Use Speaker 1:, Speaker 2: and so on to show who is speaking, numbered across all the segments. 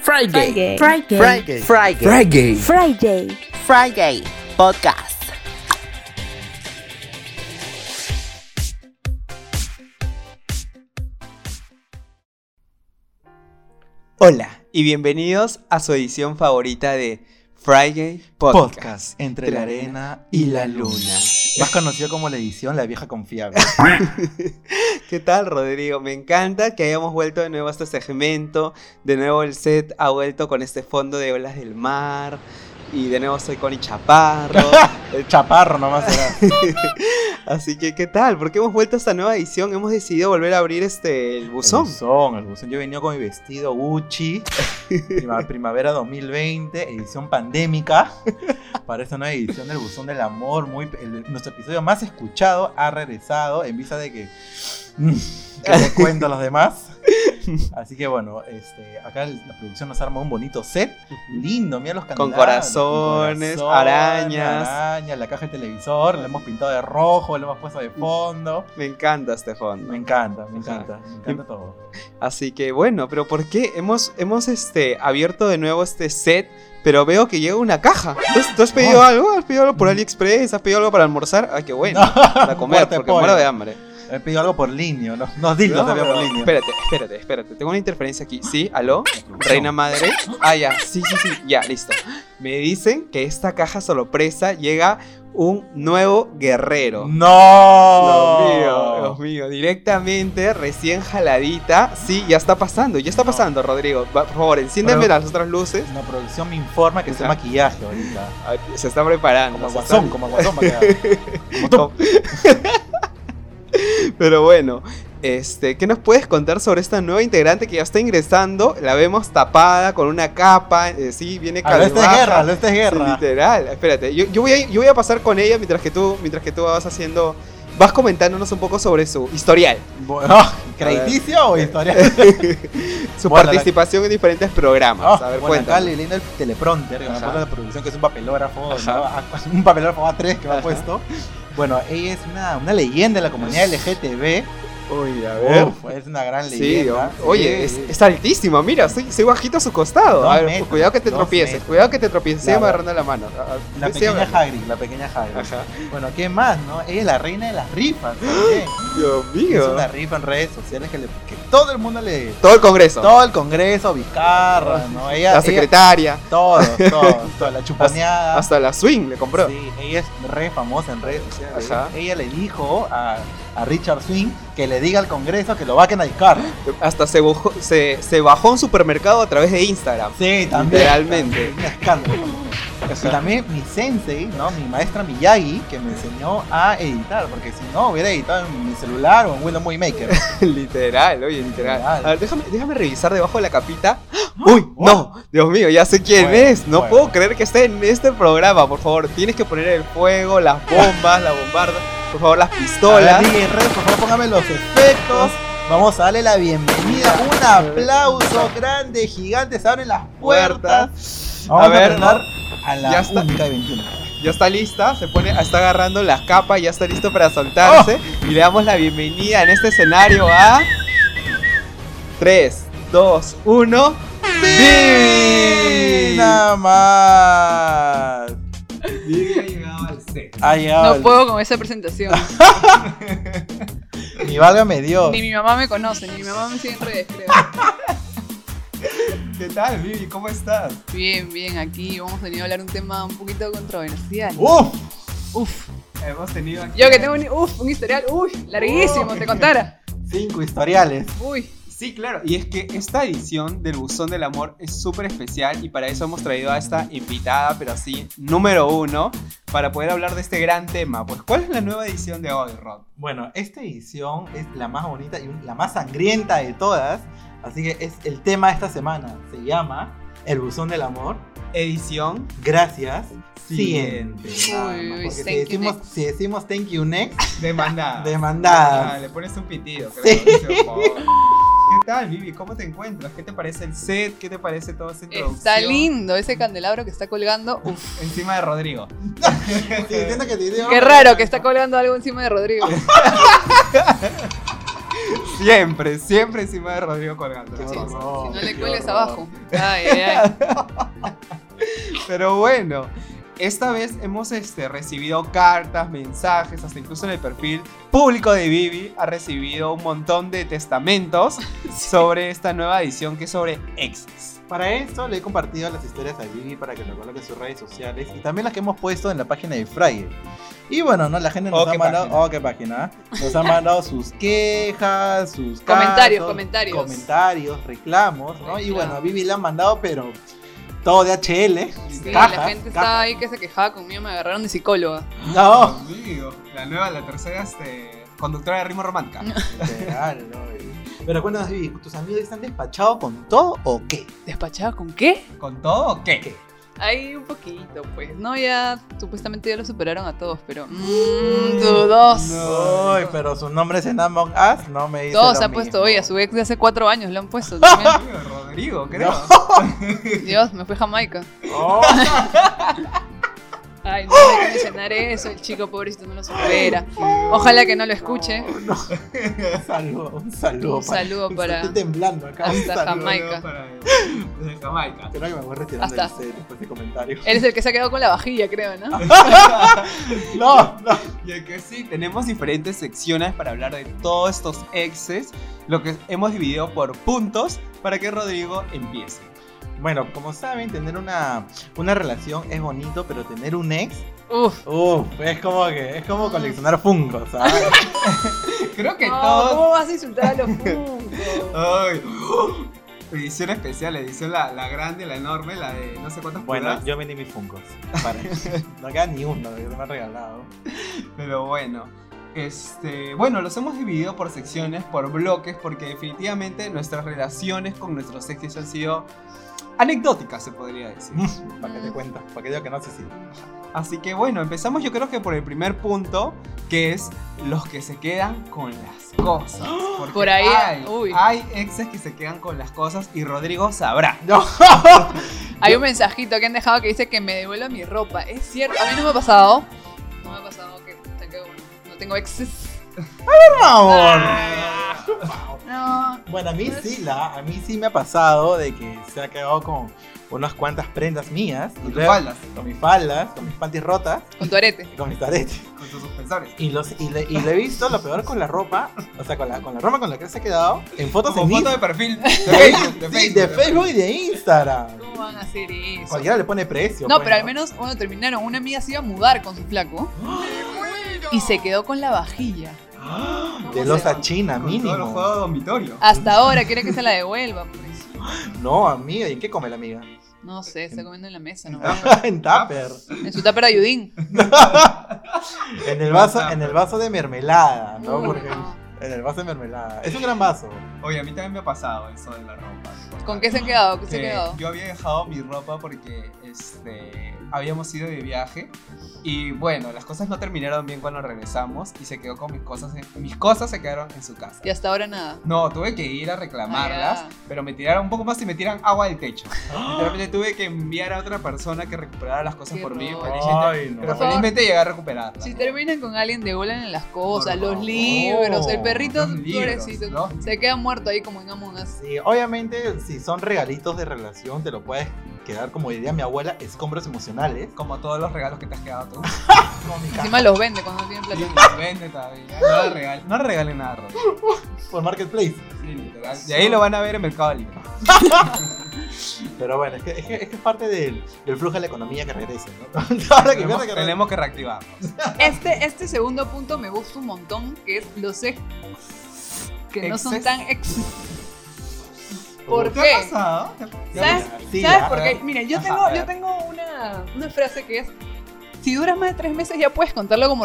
Speaker 1: Friday.
Speaker 2: Friday.
Speaker 3: Friday.
Speaker 2: Friday.
Speaker 1: Friday.
Speaker 4: Friday.
Speaker 2: Friday. Podcast.
Speaker 3: Hola y bienvenidos a su edición favorita de Friday Podcast.
Speaker 5: podcast entre la arena y la luna. Más conocido como la edición La Vieja Confiable.
Speaker 3: ¿Qué tal, Rodrigo? Me encanta que hayamos vuelto de nuevo a este segmento. De nuevo el set ha vuelto con este fondo de olas del mar. Y de nuevo soy Connie Chaparro.
Speaker 5: El chaparro nomás era.
Speaker 3: Así que, ¿qué tal? Porque hemos vuelto a esta nueva edición. Hemos decidido volver a abrir este el buzón.
Speaker 5: El buzón, el buzón. Yo venía con mi vestido Gucci, prima- primavera 2020, edición pandémica, para esta nueva edición del buzón del amor. Muy, el- nuestro episodio más escuchado ha regresado en vista de que. mm, que les cuento a los demás. Así que bueno, este, acá el- la producción nos arma un bonito set. Lindo, mira los candidatos.
Speaker 3: corazones, arañas.
Speaker 5: arañas, la caja de televisor, la hemos pintado de rojo, la hemos puesto de fondo.
Speaker 3: Me encanta este fondo.
Speaker 5: Me encanta, me
Speaker 3: Ajá.
Speaker 5: encanta, me encanta todo.
Speaker 3: Así que bueno, pero ¿por qué hemos, hemos este, abierto de nuevo este set? Pero veo que llega una caja. ¿Tú, has- tú has pedido
Speaker 5: No.
Speaker 3: algo? ¿Has pedido algo
Speaker 5: Mm.
Speaker 3: por AliExpress? ¿Has pedido algo para almorzar? Ah, qué bueno. Para comer,
Speaker 5: Muerte
Speaker 3: porque
Speaker 5: pollo.
Speaker 3: muero de hambre.
Speaker 5: He pedido algo por línea, no, no dildos
Speaker 3: No,
Speaker 5: había por
Speaker 3: no,
Speaker 5: línea.
Speaker 3: Espérate, espérate, espérate. Tengo una interferencia aquí. ¿Sí? ¿Aló? ¿Reina madre? Ah, ya. Sí, sí, sí. Ya, listo. Me dicen que esta caja sorpresa llega un nuevo guerrero.
Speaker 5: No.
Speaker 3: Dios mío, Dios mío, directamente, recién jaladita. Sí, ya está pasando, ya está pasando, Rodrigo. Va, por favor, enciéndeme
Speaker 5: Pero-
Speaker 3: las otras luces.
Speaker 5: La producción me informa que es
Speaker 3: Ajá.
Speaker 5: maquillaje ahorita.
Speaker 3: Ah, Se está preparando.
Speaker 5: Como
Speaker 3: se
Speaker 5: guasón,
Speaker 3: está-
Speaker 5: como guasón va a quedar. Como tú.
Speaker 3: Pero bueno, este, ¿qué nos puedes contar sobre esta nueva integrante que ya está ingresando? La vemos tapada con una capa, eh, sí, viene
Speaker 5: A lo este es
Speaker 3: cabizbaja.
Speaker 5: guerra, a lo este es
Speaker 3: Sí,
Speaker 5: guerra.
Speaker 3: Literal, espérate. Yo, yo voy a, yo voy a pasar con ella mientras que tú, mientras que tú vas haciendo, vas comentándonos un poco sobre su historial.
Speaker 5: Bueno, ¿Crediticio
Speaker 3: Eh,
Speaker 5: o historia?
Speaker 3: Su
Speaker 5: Bueno, la-
Speaker 3: participación en diferentes programas. a ver,
Speaker 5: Ah, bueno, acá
Speaker 3: cuéntanos.
Speaker 5: leyendo el teleprompter, que me
Speaker 3: Ajá.
Speaker 5: acuerdo de producción, que es un papelógrafo,
Speaker 3: Ajá.
Speaker 5: ¿no? A- un papelógrafo A3 que me
Speaker 3: Ajá.
Speaker 5: ha puesto. Bueno, ella es una, una leyenda de la comunidad LGTB.
Speaker 3: Oye, a
Speaker 5: Uf, es una gran
Speaker 3: Sí,
Speaker 5: leyenda.
Speaker 3: o- oye, es,
Speaker 5: ¿ah? Sí.
Speaker 3: es altísima, mira, soy, soy bajito a su costado.
Speaker 5: Dos
Speaker 3: A ver,
Speaker 5: metros,
Speaker 3: cuidado que te
Speaker 5: dos
Speaker 3: tropieces,
Speaker 5: metros.
Speaker 3: cuidado que te tropieces. Sigue
Speaker 5: Claro.
Speaker 3: agarrando la mano. Ah, ah,
Speaker 5: La
Speaker 3: sigue
Speaker 5: pequeña
Speaker 3: agarrando.
Speaker 5: Hagrid, la pequeña Hagrid.
Speaker 3: Ajá. ¡Ah!
Speaker 5: Bueno, ¿qué más, no? Ella es la reina de las rifas también.
Speaker 3: Dios
Speaker 5: Hizo
Speaker 3: mío.
Speaker 5: una rifa en redes sociales que, le- que todo el mundo le...
Speaker 3: Todo el congreso.
Speaker 5: Todo el congreso, Vicarra, ¿no? Ella,
Speaker 3: la
Speaker 5: ella-
Speaker 3: secretaria,
Speaker 5: todo, todo, toda la chuponeada.
Speaker 3: hasta la swing le compró.
Speaker 5: Sí, ella es re famosa en redes sociales.
Speaker 3: Ajá.
Speaker 5: Ella le dijo a, a Richard Swing que le diga al Congreso que lo va a canalizar.
Speaker 3: Hasta se, bujó- se, se bajó a un supermercado a través de Instagram.
Speaker 5: Sí,
Speaker 3: Literalmente.
Speaker 5: Un escándalo. Y también mi sensei, ¿no? Mi maestra Miyagi, que me enseñó a editar, porque si no hubiera editado en mi celular o en Windows Movie Maker.
Speaker 3: literal, oye, literal.
Speaker 5: Literal.
Speaker 3: A ver, déjame, déjame revisar debajo de la capita. ¡Uy! ¡No! Dios mío, ya sé quién
Speaker 5: Bueno,
Speaker 3: es. No
Speaker 5: bueno.
Speaker 3: puedo creer que esté en este programa. Por favor, tienes que poner el fuego, las bombas, la bombarda. Por favor, las
Speaker 5: Hola,
Speaker 3: pistolas.
Speaker 5: DJ Red, por favor, póngame los efectos. Vamos a darle la bienvenida. Un aplauso grande, gigante. Se abren las puertas. Vamos
Speaker 3: A
Speaker 5: a,
Speaker 3: ver,
Speaker 5: ver, a la
Speaker 3: ya está.
Speaker 5: única de 21.
Speaker 3: Ya está lista, se pone, está agarrando las capas, ya está listo para soltarse. Y le damos la bienvenida en este escenario a. 3, 2, 1.
Speaker 5: ¡Sí! Nada más. Ha llegado.
Speaker 6: No puedo con esa presentación.
Speaker 5: el- Ni válgame Dios.
Speaker 6: Ni mi mamá me conoce, ni mi mamá me sigue en redes, creo.
Speaker 3: ¿Qué tal, Vivi? ¿Cómo estás?
Speaker 6: Bien, bien, aquí vamos a venir a hablar un tema un poquito controversial.
Speaker 5: ¡Uf!
Speaker 6: Uf,
Speaker 3: Hemos tenido aquí
Speaker 6: yo que tengo un, uf, un historial, uy, larguísimo, te contara.
Speaker 5: Cinco historiales.
Speaker 6: Uy,
Speaker 3: Sí, claro. Y es que esta edición del Buzón del Amor es súper especial y para eso hemos traído a esta invitada, pero así, número uno, para poder hablar de este gran tema. Pues, ¿cuál es la nueva edición de hoy, Rod?
Speaker 5: Bueno, esta edición es la más bonita y la más sangrienta de todas. Así que es el tema de esta semana. Se llama El buzón del amor.
Speaker 3: Edición
Speaker 5: Gracias.
Speaker 3: Siguiente.
Speaker 5: Siguiente. Nada
Speaker 6: Uy,
Speaker 5: más,
Speaker 6: uy,
Speaker 5: porque si
Speaker 6: thank you,
Speaker 5: decimos, si decimos thank you next,
Speaker 3: demandada.
Speaker 5: Demandada.
Speaker 3: Ah, le pones un pitido, creo.
Speaker 5: Sí.
Speaker 3: dice, por favor. ¿Qué tal, Vivi? ¿Cómo te encuentras? ¿Qué te parece el set? ¿Qué te parece toda esta introducción?
Speaker 6: está lindo ese candelabro que está colgando. Uf,
Speaker 3: Encima de Rodrigo.
Speaker 5: si diciendo que te digo-
Speaker 6: qué raro que está colgando algo encima de Rodrigo.
Speaker 3: Siempre, siempre encima de Rodrigo colgando.
Speaker 5: Qué
Speaker 3: ¿no?
Speaker 6: Sí, sí, sí,
Speaker 5: horror,
Speaker 6: no le
Speaker 5: qué
Speaker 6: cuelgues
Speaker 5: horror.
Speaker 6: abajo. Ay, ay, ay.
Speaker 3: Pero bueno, esta vez hemos este, recibido cartas, mensajes, hasta incluso en el perfil público de Vivi ha recibido un montón de testamentos sobre esta nueva edición que es sobre exes.
Speaker 5: Para esto le he compartido las historias a Vivi para que lo coloque en sus redes sociales y también las que hemos puesto en la página de Friday. Y bueno, ¿no? la gente nos
Speaker 3: Oh,
Speaker 5: ha
Speaker 3: qué
Speaker 5: mandado.
Speaker 3: página.
Speaker 5: Oh, qué página. ¿eh? Nos ha mandado sus quejas, sus
Speaker 6: Comentarios,
Speaker 5: casos,
Speaker 6: comentarios.
Speaker 5: comentarios, reclamos, ¿no? Y
Speaker 6: Reclamos.
Speaker 5: bueno, a Vivi le han mandado, pero todo de HL.
Speaker 3: Este,
Speaker 6: Sí, la
Speaker 5: cajas,
Speaker 6: gente
Speaker 5: cajas.
Speaker 6: está ahí que se quejaba conmigo, me agarraron de psicóloga.
Speaker 5: No.
Speaker 3: Dios mío, Oh, la nueva, la tercera este, conductora de ritmo romántica.
Speaker 5: Literal, ¿no? Y- Pero cuéntanos, Vivi, ¿tus amigos están despachados con todo o qué?
Speaker 6: ¿Despachada con qué?
Speaker 3: ¿Con todo o qué?
Speaker 6: Ahí un poquito, pues. No, ya supuestamente ya lo superaron a todos, pero. Mmm, dudoso.
Speaker 3: No.
Speaker 5: Uy, pero sus nombres en Among Us no me dicen.
Speaker 6: Todos
Speaker 5: lo
Speaker 6: se han puesto
Speaker 5: mismo.
Speaker 6: hoy, a su ex de hace cuatro años lo han puesto también.
Speaker 3: Rodrigo, Rodrigo, creo.
Speaker 6: Dios, me fue Jamaica.
Speaker 5: Oh.
Speaker 6: Ay, no hay que mencionar eso, el chico pobrecito no lo supera. Ojalá que no lo escuche.
Speaker 5: No, no. Un saludo, un saludo.
Speaker 6: Un saludo para-
Speaker 5: Estoy temblando acá. un
Speaker 6: hasta
Speaker 5: saludo.
Speaker 6: Jamaica.
Speaker 3: Para- Desde Jamaica.
Speaker 5: Creo que me voy retirando
Speaker 6: Hasta-
Speaker 5: del set después de comentario.
Speaker 6: Él es el que se ha quedado con la vajilla, creo, ¿no?
Speaker 5: No, no.
Speaker 3: Y aquí sí, tenemos diferentes secciones para hablar de todos estos exes, lo que hemos dividido por puntos para que Rodrigo empiece.
Speaker 5: Bueno, como saben, tener una, una relación es bonito, pero tener un ex,
Speaker 6: Uf.
Speaker 5: uff, es como que, es
Speaker 6: Ah.
Speaker 5: como coleccionar fungos, ¿sabes?
Speaker 3: Creo que
Speaker 6: No,
Speaker 3: todos...
Speaker 6: ¿Cómo vas a insultar a los fungos?
Speaker 3: Ay. Edición especial, edición la, la grande, la enorme, la de no sé cuántas
Speaker 5: Bueno,
Speaker 3: pulgadas.
Speaker 5: yo vendí mis fungos. Para. No queda ni uno que me han regalado.
Speaker 3: Pero bueno. Este, bueno, los hemos dividido por secciones, por bloques, porque definitivamente nuestras relaciones con nuestros exes han sido anecdóticas, se podría decir.
Speaker 5: Para que
Speaker 6: Ah.
Speaker 5: te cuento, para que diga que no sé si.
Speaker 3: Así que bueno, empezamos yo creo que por el primer punto, que es los que se quedan con las cosas. Porque
Speaker 6: ¡Ah! Por ahí,
Speaker 3: hay,
Speaker 6: uy.
Speaker 3: hay exes que se quedan con las cosas y Rodrigo sabrá.
Speaker 5: No.
Speaker 6: Hay un mensajito que han dejado que dice que me devuelva mi ropa. Es cierto, a mí no me ha pasado. No me ha pasado que puta, que bueno, no tengo exes.
Speaker 5: Por favor.
Speaker 6: No.
Speaker 5: Ah. Bueno, a mí sí, la, a mí sí me ha pasado de que se ha quedado con unas cuantas prendas mías. y
Speaker 3: Con tus
Speaker 5: luego-
Speaker 3: faldas,
Speaker 5: Con mis faldas, con mis panties rotas
Speaker 6: Con tu arete.
Speaker 5: y con mis aretes.
Speaker 3: con tus suspensores.
Speaker 5: Y, los, y, le, y le he visto lo peor con la ropa, o sea, con la, con la ropa con la que se ha quedado, en fotos
Speaker 3: Como
Speaker 5: en
Speaker 3: foto
Speaker 5: Insta-
Speaker 3: de perfil de Facebook. De
Speaker 5: Sí,
Speaker 3: Facebook,
Speaker 5: de Facebook y de Instagram.
Speaker 6: ¿Cómo van a hacer eso?
Speaker 5: Cualquiera le pone precio.
Speaker 6: No,
Speaker 5: pues,
Speaker 6: pero al menos, bueno, terminaron. Una amiga se iba a mudar con su flaco y se quedó con la vajilla.
Speaker 5: De
Speaker 6: ¿Cómo se
Speaker 5: losa
Speaker 6: va?
Speaker 5: china,
Speaker 3: Ah, Con todos los
Speaker 5: mínimo.
Speaker 3: juegos de dormitorio.
Speaker 6: Hasta ahora quiere que se la devuelva. pues.
Speaker 5: No, amiga, ¿y en qué come la amiga?
Speaker 6: No sé, está comiendo en la mesa, ¿no?
Speaker 5: en tupper.
Speaker 6: En su tupper de ayudín.
Speaker 5: En el vaso, en el vaso de mermelada, ¿no?
Speaker 6: Uy,
Speaker 5: Porque
Speaker 6: no.
Speaker 5: en el vaso de mermelada. Es un gran vaso.
Speaker 3: Oye, a mí también me ha pasado eso de la ropa.
Speaker 6: ¿Con qué se han quedado? ¿Qué se han
Speaker 3: que
Speaker 6: quedado?
Speaker 3: Eh, yo había dejado mi ropa porque este, habíamos ido de viaje y bueno, las cosas no terminaron bien cuando regresamos y se quedó con mis cosas, en- mis cosas se quedaron en su casa.
Speaker 6: Y hasta ahora nada.
Speaker 3: No, tuve que ir a reclamarlas,
Speaker 6: Ah, ya.
Speaker 3: pero me tiraron un poco más y me tiran agua del techo. Literalmente tuve que enviar a otra persona que recuperara las cosas
Speaker 6: Qué
Speaker 3: por mí,
Speaker 6: horror.
Speaker 3: felizmente-
Speaker 5: Ay, no.
Speaker 3: pero
Speaker 6: Por favor.
Speaker 3: felizmente llegué a recuperarlas.
Speaker 6: Si terminan con alguien, devuelven las
Speaker 3: Por
Speaker 6: cosas, los
Speaker 3: favor.
Speaker 6: libros, el perrito,
Speaker 3: Los libros,
Speaker 6: pobrecito.
Speaker 3: ¿no?
Speaker 6: Se queda muerto ahí como en Among Us.
Speaker 5: Sí, obviamente, si son regalitos de relación, te lo puedes quedar, como diría mi abuela, escombros emocionales.
Speaker 3: Como todos los regalos que te has quedado tú.
Speaker 6: Encima los vende cuando no tienen
Speaker 3: Sí,
Speaker 6: plata.
Speaker 3: los vende todavía. No le regalen, no le regalen nada, Rodrigo.
Speaker 5: Por Marketplace.
Speaker 3: Sí, literal. Y ahí lo van a ver en Mercado Libre.
Speaker 5: Pero bueno, es que es, que- es que es parte del, del flujo de la economía que regresa, ¿no? Ahora que
Speaker 3: tenemos,
Speaker 5: piensa que
Speaker 3: tenemos que reactivarnos.
Speaker 6: Este, este segundo punto me gusta un montón, que es los ex. Que no son
Speaker 3: ¿Exes?
Speaker 6: tan ex.
Speaker 5: regresa.
Speaker 6: ¿Por
Speaker 3: ¿Te
Speaker 6: qué?
Speaker 3: ha pasado?
Speaker 6: ¿Sabes,
Speaker 5: Sí,
Speaker 6: ¿sabes
Speaker 5: ya.
Speaker 6: por qué? Mira, yo
Speaker 3: Ajá,
Speaker 6: tengo,
Speaker 3: a
Speaker 6: yo
Speaker 3: ver.
Speaker 6: tengo una, una frase que es: si duras más de tres meses, ya puedes contarlo como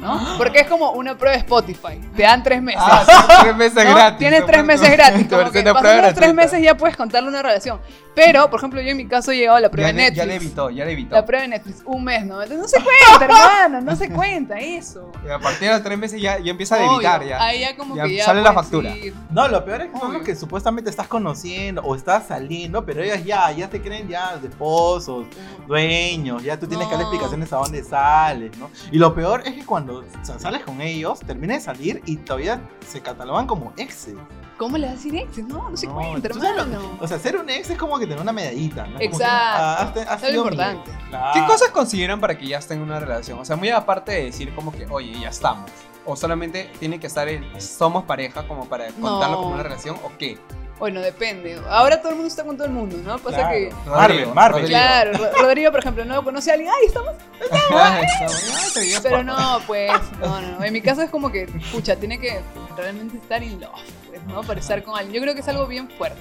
Speaker 6: ¿no? Porque es como una prueba de Spotify. Te dan tres meses.
Speaker 3: Ah, sí, tres meses
Speaker 6: ¿no?
Speaker 3: gratis.
Speaker 6: Tienes
Speaker 3: ¿no?
Speaker 6: tres
Speaker 3: Tu-
Speaker 6: meses gratis.
Speaker 3: tu
Speaker 6: como
Speaker 3: versión
Speaker 6: que
Speaker 3: de
Speaker 6: pasan
Speaker 3: prueba
Speaker 6: los tres
Speaker 3: gratuita.
Speaker 6: meses ya puedes contarle una relación. Pero, por ejemplo, yo en mi caso he llegado a la prueba
Speaker 3: Ya
Speaker 6: de
Speaker 3: le,
Speaker 6: Netflix.
Speaker 3: ya le evitó, ya le evitó.
Speaker 6: La prueba de Netflix, un mes, ¿no? Entonces, no se cuenta, hermano, no se cuenta eso.
Speaker 3: Y a partir de los tres meses ya, ya empieza a
Speaker 6: Obvio,
Speaker 3: debitar ya.
Speaker 6: Ahí ya como
Speaker 3: Ya
Speaker 6: que ya
Speaker 3: sale la
Speaker 6: puedes
Speaker 3: factura.
Speaker 6: ir.
Speaker 5: No, lo peor es que son
Speaker 6: Obvio.
Speaker 5: los que supuestamente estás conociendo o estás saliendo, pero ellos ya, ya te creen ya de esposos, dueños, ya tú tienes que dar
Speaker 6: No.
Speaker 5: explicaciones tienes a dónde sales, ¿no? Y lo peor es que cuando o sea, sales con ellos, terminas de salir y todavía se catalogan como exes.
Speaker 6: ¿Cómo le vas a decir ex? No, no se
Speaker 5: No,
Speaker 6: cuenta,
Speaker 5: tú sabes lo-
Speaker 6: hermano.
Speaker 5: O sea, ser un ex es como que tener una medallita, ¿no? Como que,
Speaker 6: Exacto.
Speaker 5: ah, has te- has
Speaker 6: Eso es lo
Speaker 5: sido mi ex.
Speaker 6: importante.
Speaker 5: Claro.
Speaker 3: ¿Qué cosas consideran para que ya estén en una relación? O sea, muy aparte de decir como que, oye, ya estamos. O solamente tiene que estar el somos pareja como para contarlo
Speaker 6: No.
Speaker 3: como una relación o qué.
Speaker 6: Bueno, depende. Ahora todo el mundo está con todo el mundo, ¿no? Pasa
Speaker 5: Claro.
Speaker 6: que.
Speaker 5: Marvel, Marvel.
Speaker 3: Rodrigo.
Speaker 6: Claro, Ro- Rodrigo, por ejemplo, no conoce a alguien. ¡Ay, estamos!
Speaker 3: Ah, está bueno. Ah, te digo,
Speaker 6: Pero
Speaker 3: por-
Speaker 6: no, pues, no, no, no. En mi caso es como que, pucha, tiene que realmente estar in love, pues, ¿no? Para estar con alguien. Yo creo que es algo bien fuerte.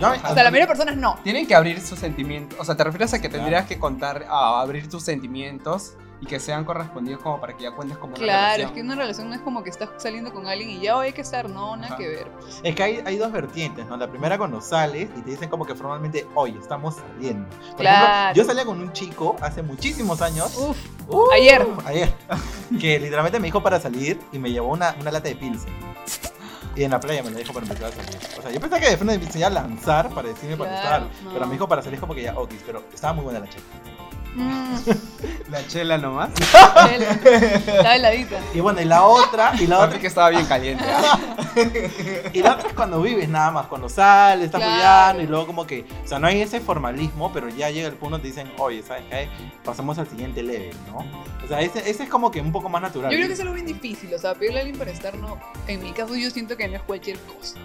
Speaker 5: Yo-
Speaker 6: O sea, la mayoría de personas no.
Speaker 3: Tienen que abrir sus sentimientos. O sea, te refieres a que
Speaker 5: Claro.
Speaker 3: tendrías que contar, a abrir tus sentimientos y que sean correspondidos como para que ya cuentes como una
Speaker 6: Claro, es que
Speaker 3: relación.
Speaker 6: una relación no es como que estás saliendo con alguien y ya hoy hay que estar, no, nada
Speaker 3: Ajá.
Speaker 6: que ver.
Speaker 5: Es que hay, hay dos vertientes, ¿no? La primera cuando sales y te dicen como que formalmente, oye, estamos saliendo. Por
Speaker 6: Claro.
Speaker 5: yo salía con un chico hace muchísimos años,
Speaker 6: Uf, Uh. ayer.
Speaker 5: ayer, que literalmente me dijo para salir y me llevó una, una lata de pilsen. Y en la playa me lo dijo para empezar a salir. O sea, yo pensaba que de frente me enseñaba a lanzar para decirme para
Speaker 6: Claro,
Speaker 5: estar.
Speaker 6: no.
Speaker 5: Pero me dijo para salir como que ya, ok, pero estaba muy buena la chica.
Speaker 6: Mm,
Speaker 3: La chela nomás.
Speaker 6: chela. Estaba heladita.
Speaker 5: Y bueno, y la otra, y la
Speaker 3: Papi
Speaker 5: otra,
Speaker 3: que estaba bien caliente. ah.
Speaker 5: y la otra es cuando vives nada más, cuando sales, estás
Speaker 6: Claro.
Speaker 5: peleando y luego como que, o sea, no hay ese formalismo, pero ya llega el punto donde te dicen, oye, ¿sabes qué? Pasamos al siguiente level, ¿no? O sea, ese, ese es como que un poco más
Speaker 6: Yo
Speaker 5: natural.
Speaker 6: creo que es algo bien difícil, o sea, pedirle a alguien para estar, no. En mi caso, yo siento que no es cualquier cosa.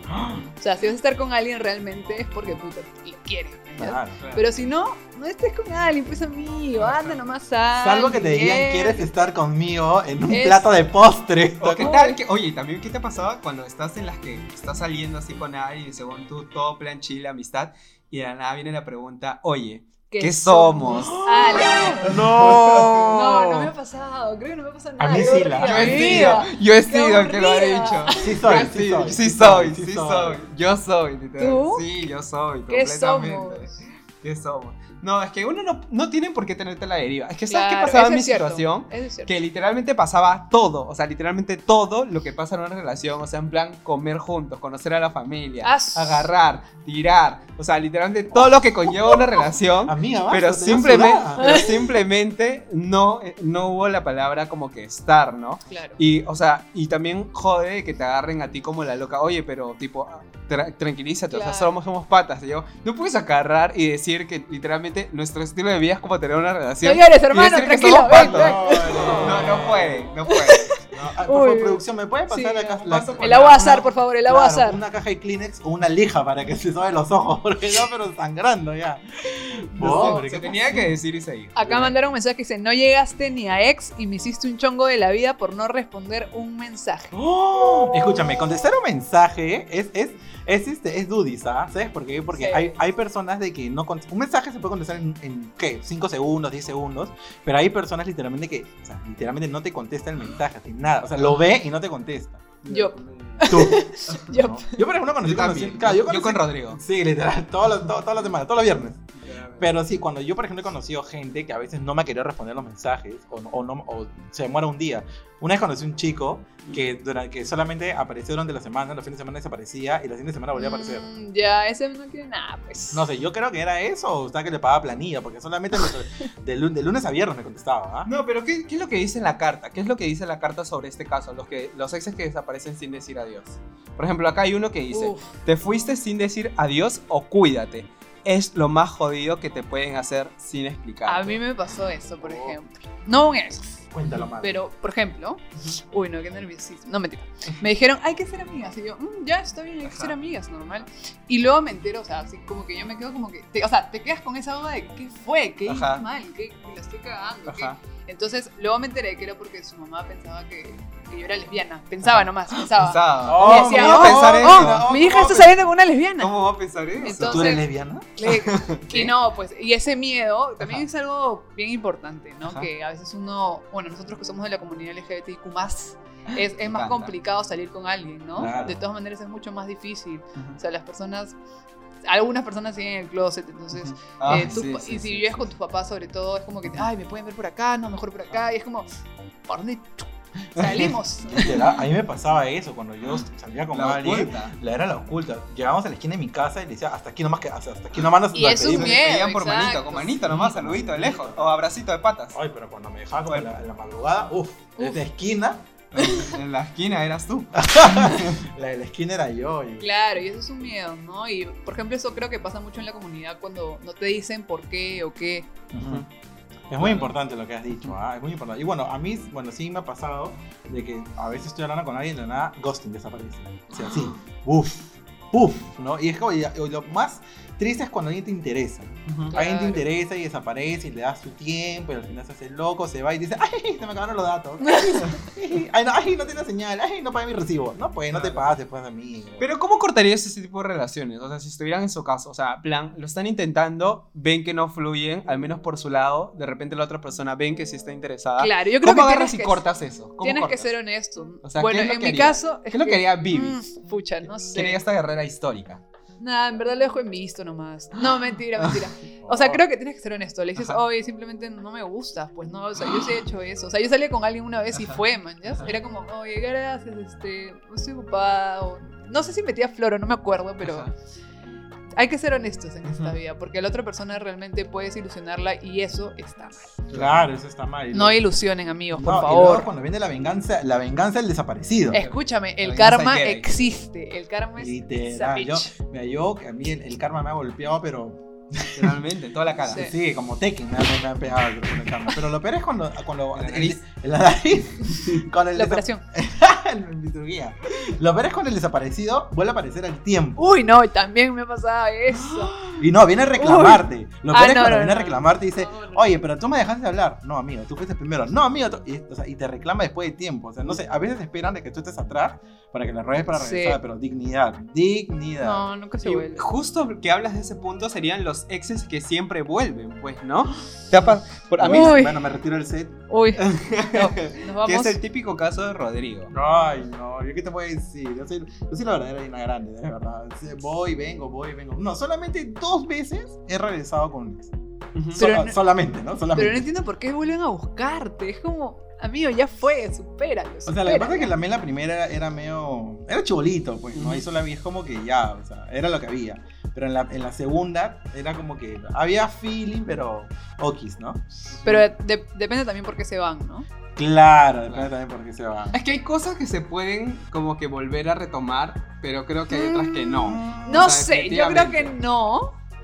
Speaker 6: O sea, si vas a estar con alguien realmente es porque puta, lo quieres. ¿ya?
Speaker 5: Claro.
Speaker 6: Pero si no, no estés con alguien, pues amigo, anda nomás sal,
Speaker 5: Salvo que te digan,
Speaker 6: diviértete.
Speaker 5: ¿quieres estar conmigo en un
Speaker 6: Es-
Speaker 5: plato de postre?
Speaker 3: O qué tal que, oye, también qué te pasaba cuando estás en las que estás saliendo así con alguien, según tú, todo plan chile, amistad, y de la nada viene la pregunta, oye, ¿qué somos?
Speaker 6: Ah, la-
Speaker 5: ¡No!
Speaker 6: No, no me ha pasado, creo que no me ha pasado
Speaker 5: A
Speaker 6: nada.
Speaker 5: mí
Speaker 6: qué
Speaker 5: sí, la-
Speaker 3: Yo
Speaker 6: aburrida
Speaker 3: he sido,
Speaker 6: vida.
Speaker 3: yo he
Speaker 6: Qué
Speaker 3: sido el que lo ha
Speaker 6: aburrida.
Speaker 3: dicho.
Speaker 5: Sí soy,
Speaker 3: sí,
Speaker 5: sí soy.
Speaker 3: sí soy, sí soy, yo soy, literal.
Speaker 6: ¿Tú?
Speaker 3: Sí, yo soy,
Speaker 6: ¿Qué
Speaker 3: completamente.
Speaker 6: somos?
Speaker 3: ¿Qué somos? No, es que uno no, no tiene por qué tenerte la deriva. Es que ¿sabes
Speaker 6: Claro,
Speaker 3: qué pasaba
Speaker 6: eso
Speaker 3: en mi
Speaker 6: es cierto,
Speaker 3: situación?
Speaker 6: Eso es cierto.
Speaker 3: Que literalmente pasaba todo, o sea, literalmente todo lo que pasa en una relación, o sea, en plan comer juntos, conocer a la familia,
Speaker 6: Ah, su-
Speaker 3: agarrar, tirar, o sea, literalmente todo lo que conlleva una relación,
Speaker 5: Amiga, basta, te
Speaker 3: pero
Speaker 5: vas a
Speaker 3: simplemente,
Speaker 5: sudar.
Speaker 3: pero simplemente no, no hubo la palabra como que estar, ¿no?
Speaker 6: Claro.
Speaker 3: Y, o sea, y también jode que te agarren a ti como la loca. Oye, pero, tipo, ah, tra- tranquilízate, o sea,
Speaker 6: Claro.
Speaker 3: somos, somos patas. Y yo, no puedes agarrar y decir que literalmente nuestro estilo de vida es como tener una relación.
Speaker 6: No llores,
Speaker 3: y
Speaker 6: hermano,
Speaker 3: decir que
Speaker 6: tranquilo,
Speaker 3: somos
Speaker 6: ven,
Speaker 3: patas.
Speaker 5: ven.
Speaker 3: No, no puede, no puede.
Speaker 5: No, ah, por favor,
Speaker 6: Uy.
Speaker 5: producción, ¿me puede pasar
Speaker 6: Sí,
Speaker 5: acá
Speaker 3: un
Speaker 5: la-
Speaker 3: paso por
Speaker 6: El agua
Speaker 5: una-
Speaker 6: azar, por favor, el agua
Speaker 5: Claro,
Speaker 6: azar.
Speaker 5: Una caja de Kleenex o una lija para que se sobe los ojos, porque no, pero sangrando ya.
Speaker 3: No,
Speaker 5: Pobre,
Speaker 3: se
Speaker 5: qué
Speaker 3: tenía que decir y seguir.
Speaker 6: Acá mandaron un mensaje que dice, no llegaste ni a ex y me hiciste un chongo de la vida por no responder un mensaje.
Speaker 5: Oh, escúchame, contestar un mensaje es, es, es, este, es dudis, ¿ah? ¿Sabes por qué? Porque
Speaker 6: Sí.
Speaker 5: hay, hay personas de que no... cont- Un mensaje se puede contestar en, en, ¿qué? 5 segundos, 10 segundos, pero hay personas literalmente que, o sea, literalmente no te contesta el mensaje, así, nada. O sea, lo ve y no te contesta.
Speaker 6: Yo.
Speaker 5: Tú.
Speaker 6: Yo-
Speaker 5: ¿no? Yo, por ejemplo, conocí...
Speaker 3: Yo
Speaker 5: conocí-
Speaker 3: también.
Speaker 5: claro, yo
Speaker 3: Yo
Speaker 5: conocí-
Speaker 3: con Rodrigo.
Speaker 5: Sí, literal, todos los, todos, todos los semanas, todos los viernes. Pero sí, cuando yo, por ejemplo, he conocido gente que a veces no me quería responder los mensajes o, no- o no, o se demora un día. Una vez conocí un chico que, durante, que solamente apareció durante la semana, los fines de semana desaparecía y la siguiente semana volvía a aparecer.
Speaker 6: Mm, ya, ese no tiene nada, pues.
Speaker 5: No sé, yo creo que era eso o está que le pagaba planilla, porque solamente los- de, lu- de lunes a viernes me contestaba. ¿ah?
Speaker 3: No, pero ¿qué, ¿qué es lo que dice la carta? ¿Qué es lo que dice la carta sobre este caso? Los, que, los exes que desaparecen sin decir adiós. Por ejemplo, acá hay uno que dice,
Speaker 6: Uf,
Speaker 3: Te fuiste sin decir adiós o cuídate. Es lo más jodido que te pueden hacer sin explicar.
Speaker 6: a mí me pasó eso,
Speaker 5: Oh.
Speaker 6: por ejemplo. No un ex,
Speaker 5: Cuéntalo más.
Speaker 6: Pero, por ejemplo, uy, no, qué nerviosismo. No, mentira. Me dijeron, hay que ser amigas. Y yo, "Mm, ya está bien, hay que
Speaker 3: Ajá.
Speaker 6: ser amigas, normal. Y luego me entero, o sea, así como que yo me quedo como que. te- o sea, te quedas con esa duda de qué fue, qué hice
Speaker 3: Ajá.
Speaker 6: mal, qué la estoy cagando. qué-".
Speaker 3: Ajá.
Speaker 6: Entonces, luego me enteré que era porque su mamá pensaba que, que yo era lesbiana. Pensaba nomás, pensaba.
Speaker 3: Pensaba.
Speaker 5: Oh,
Speaker 6: Y decía,
Speaker 5: ¿cómo
Speaker 6: "Oh,
Speaker 5: pensar eso?
Speaker 6: oh,
Speaker 5: ¿Cómo
Speaker 6: mi hija está
Speaker 5: pensar-
Speaker 6: saliendo con una lesbiana.
Speaker 3: ¿Cómo va a pensar eso?
Speaker 5: ¿Tú
Speaker 6: Entonces- eh,
Speaker 5: eres lesbiana?
Speaker 6: Le-
Speaker 3: ¿Qué?
Speaker 6: y no, pues, y ese miedo también
Speaker 3: Ajá.
Speaker 6: es algo bien importante, ¿no?
Speaker 3: Ajá.
Speaker 6: Que a veces uno, bueno, nosotros que somos de la comunidad LGBTIQ, es, es
Speaker 3: encanta.
Speaker 6: más complicado salir con alguien, ¿no?
Speaker 5: Claro.
Speaker 6: De todas maneras es mucho más difícil.
Speaker 3: Ujú.
Speaker 6: O sea, las personas, algunas personas siguen en el closet, entonces,
Speaker 3: Ujú. Ah,
Speaker 6: eh, tú-
Speaker 3: sí, sí,
Speaker 6: y si
Speaker 3: sí,
Speaker 6: vives
Speaker 3: sí.
Speaker 6: con tus papás, sobre todo, es como que, ay, me pueden ver por acá, no, mejor por acá, y es como, ¿por dónde chu- Salimos.
Speaker 5: Llegaba- a mí me pasaba eso cuando
Speaker 6: Ah.
Speaker 5: yo salía con
Speaker 3: La
Speaker 5: alguien.
Speaker 3: oculta.
Speaker 5: La era la oculta. Llegábamos a la esquina de mi casa y le decía, hasta aquí nomás que, o sea, hasta aquí nomás nos
Speaker 6: Y
Speaker 5: nos
Speaker 6: es un
Speaker 5: despedimos".
Speaker 3: Se
Speaker 6: miedo,
Speaker 3: despedían por manito,
Speaker 6: exacto.
Speaker 3: con manito nomás, saludito de lejos. O abracito de patas.
Speaker 5: Ay, pero cuando me dejaba como en la, en la madrugada, uff, desde esquina,
Speaker 3: En la esquina eras tú.
Speaker 5: la de la esquina era yo. y-
Speaker 6: Claro, y eso es un miedo, ¿no? Y por ejemplo, eso creo que pasa mucho en la comunidad cuando no te dicen por qué o qué.
Speaker 5: Ujú. Es muy importante lo que has dicho, ¿ah? es muy importante. Y bueno, a mí, bueno, sí me ha pasado de que a veces estoy hablando con alguien y de la nada, ghosting desaparece. O sea, así, uff, uff, ¿no? Y es como, y- y lo más triste es cuando alguien te interesa.
Speaker 6: Claro.
Speaker 5: Alguien te interesa y desaparece y le das su tiempo y al final se hace loco, se va y dice, ay, se me acabaron los datos. Ay, no, ay, no tiene señal, ay, no pagué mi recibo. No, pues, no te
Speaker 3: Claro.
Speaker 5: pases, pues, amigo.
Speaker 3: Pero ¿cómo cortarías ese tipo de relaciones? O sea, si estuvieran en su caso, o sea, plan, lo están intentando, ven que no fluyen, al menos por su lado, de repente la otra persona ven que sí está interesada.
Speaker 6: Claro, yo creo
Speaker 3: Ah. ¿Cómo
Speaker 6: que
Speaker 3: agarras
Speaker 6: tienes,
Speaker 3: y
Speaker 6: que,
Speaker 3: cortas eso? ¿Cómo
Speaker 6: tienes que
Speaker 3: cortas?
Speaker 6: ser honesto.
Speaker 3: O sea, ¿qué
Speaker 6: bueno,
Speaker 3: es lo
Speaker 6: en
Speaker 3: que
Speaker 6: mi
Speaker 3: harías?
Speaker 6: caso.
Speaker 3: ¿Qué es lo que haría Vivi?
Speaker 6: Mm, pucha, no sé.
Speaker 3: Quería esta guerrera histórica.
Speaker 6: Nada, en verdad lo dejo en visto nomás. No, mentira, mentira. O sea, creo que tienes que ser honesto. Le dices,
Speaker 3: Ajá.
Speaker 6: oye, simplemente no me gustas. Pues no, o sea, yo sí he hecho eso. O sea, yo salí con alguien una vez y
Speaker 3: Ajá.
Speaker 6: fue, man, ¿ya?
Speaker 3: Ajá.
Speaker 6: Era como, oye, gracias, este, no estoy ocupada. O... No sé si metía flor o no me acuerdo, pero
Speaker 3: Ajá.
Speaker 6: hay que ser honestos en esta
Speaker 3: Ujú.
Speaker 6: vida. Porque la otra persona realmente puedes ilusionarla y eso está mal.
Speaker 5: Claro, eso está mal. Y
Speaker 6: No
Speaker 5: luego-
Speaker 6: ilusionen, amigos, por
Speaker 5: No, y
Speaker 6: favor.
Speaker 5: luego cuando viene la venganza, la venganza del desaparecido.
Speaker 6: Escúchame, el
Speaker 3: venganza
Speaker 6: karma
Speaker 3: Jedi.
Speaker 6: existe. El karma es. esa
Speaker 5: Literal. Yo,
Speaker 6: bitch.
Speaker 5: mira, yo, que a mí el, el karma me ha golpeado, pero.
Speaker 3: Realmente, toda la cara.
Speaker 6: Sí.
Speaker 5: Sí, como Tekken me, ha- me ha pegado el, el karma. Pero lo peor es cuando. cuando
Speaker 3: En la nariz.
Speaker 5: En la nariz. Con el
Speaker 6: La
Speaker 5: desa-
Speaker 6: operación.
Speaker 5: en mi cirugía. Lo peor es cuando el desaparecido vuelve a aparecer al tiempo.
Speaker 6: Uy, no, también me ha pasado eso.
Speaker 5: Y no, viene a reclamarte. Lo peor
Speaker 6: Ah,
Speaker 5: es cuando
Speaker 6: no, no,
Speaker 5: viene a
Speaker 6: no, no.
Speaker 5: reclamarte y dice.
Speaker 6: No, no.
Speaker 5: Oye, pero tú me dejaste hablar. No, amigo, tú fuiste primero. No, amigo, tú- y, o sea, y te reclama después de tiempo. O sea, no sé, a veces esperan de que tú estés atrás para que le ruegues para
Speaker 6: Sí.
Speaker 5: regresar, pero dignidad, dignidad.
Speaker 6: No, nunca se
Speaker 3: Y
Speaker 6: vuelve.
Speaker 3: justo que hablas de ese punto serían los exes que siempre vuelven, pues, ¿no? Te ha pa- por- a mí,
Speaker 6: Uy.
Speaker 5: Bueno, me retiro del set.
Speaker 6: Uy, no, nos
Speaker 3: que es
Speaker 6: vamos.
Speaker 3: el típico caso de Rodrigo.
Speaker 5: Ay, no, ¿yo qué te puedo decir? Yo soy, yo soy la verdadera Dina Grande, de verdad. Sí, Voy, vengo, voy, vengo. No, solamente dos veces he regresado con un ex.
Speaker 3: Ujú.
Speaker 6: Pero
Speaker 5: Sola-
Speaker 6: no-
Speaker 5: solamente, ¿no? Solamente.
Speaker 6: Pero este no entiendo por qué vuelven a buscarte. Es como, amigo, ya fue, supéralo.
Speaker 5: o sea, lo que pasa es que
Speaker 6: supéralo.
Speaker 5: también la primera era, era medio. Era chibolito, pues, ¿no?
Speaker 3: Ujú.
Speaker 5: Y solamente es como que ya, o sea, era lo que había. Pero en la, en la segunda era como que había feeling, pero okis, ¿no?
Speaker 6: Pero de- depende también por qué se van, ¿no?
Speaker 5: Mm, Claro, depende
Speaker 3: Claro.
Speaker 5: también por qué se va.
Speaker 3: Es que hay cosas que se pueden como que volver a retomar, pero creo que hay otras que no.
Speaker 6: No
Speaker 3: O sea,
Speaker 6: sé, yo creo que
Speaker 3: definitivamente.
Speaker 6: no.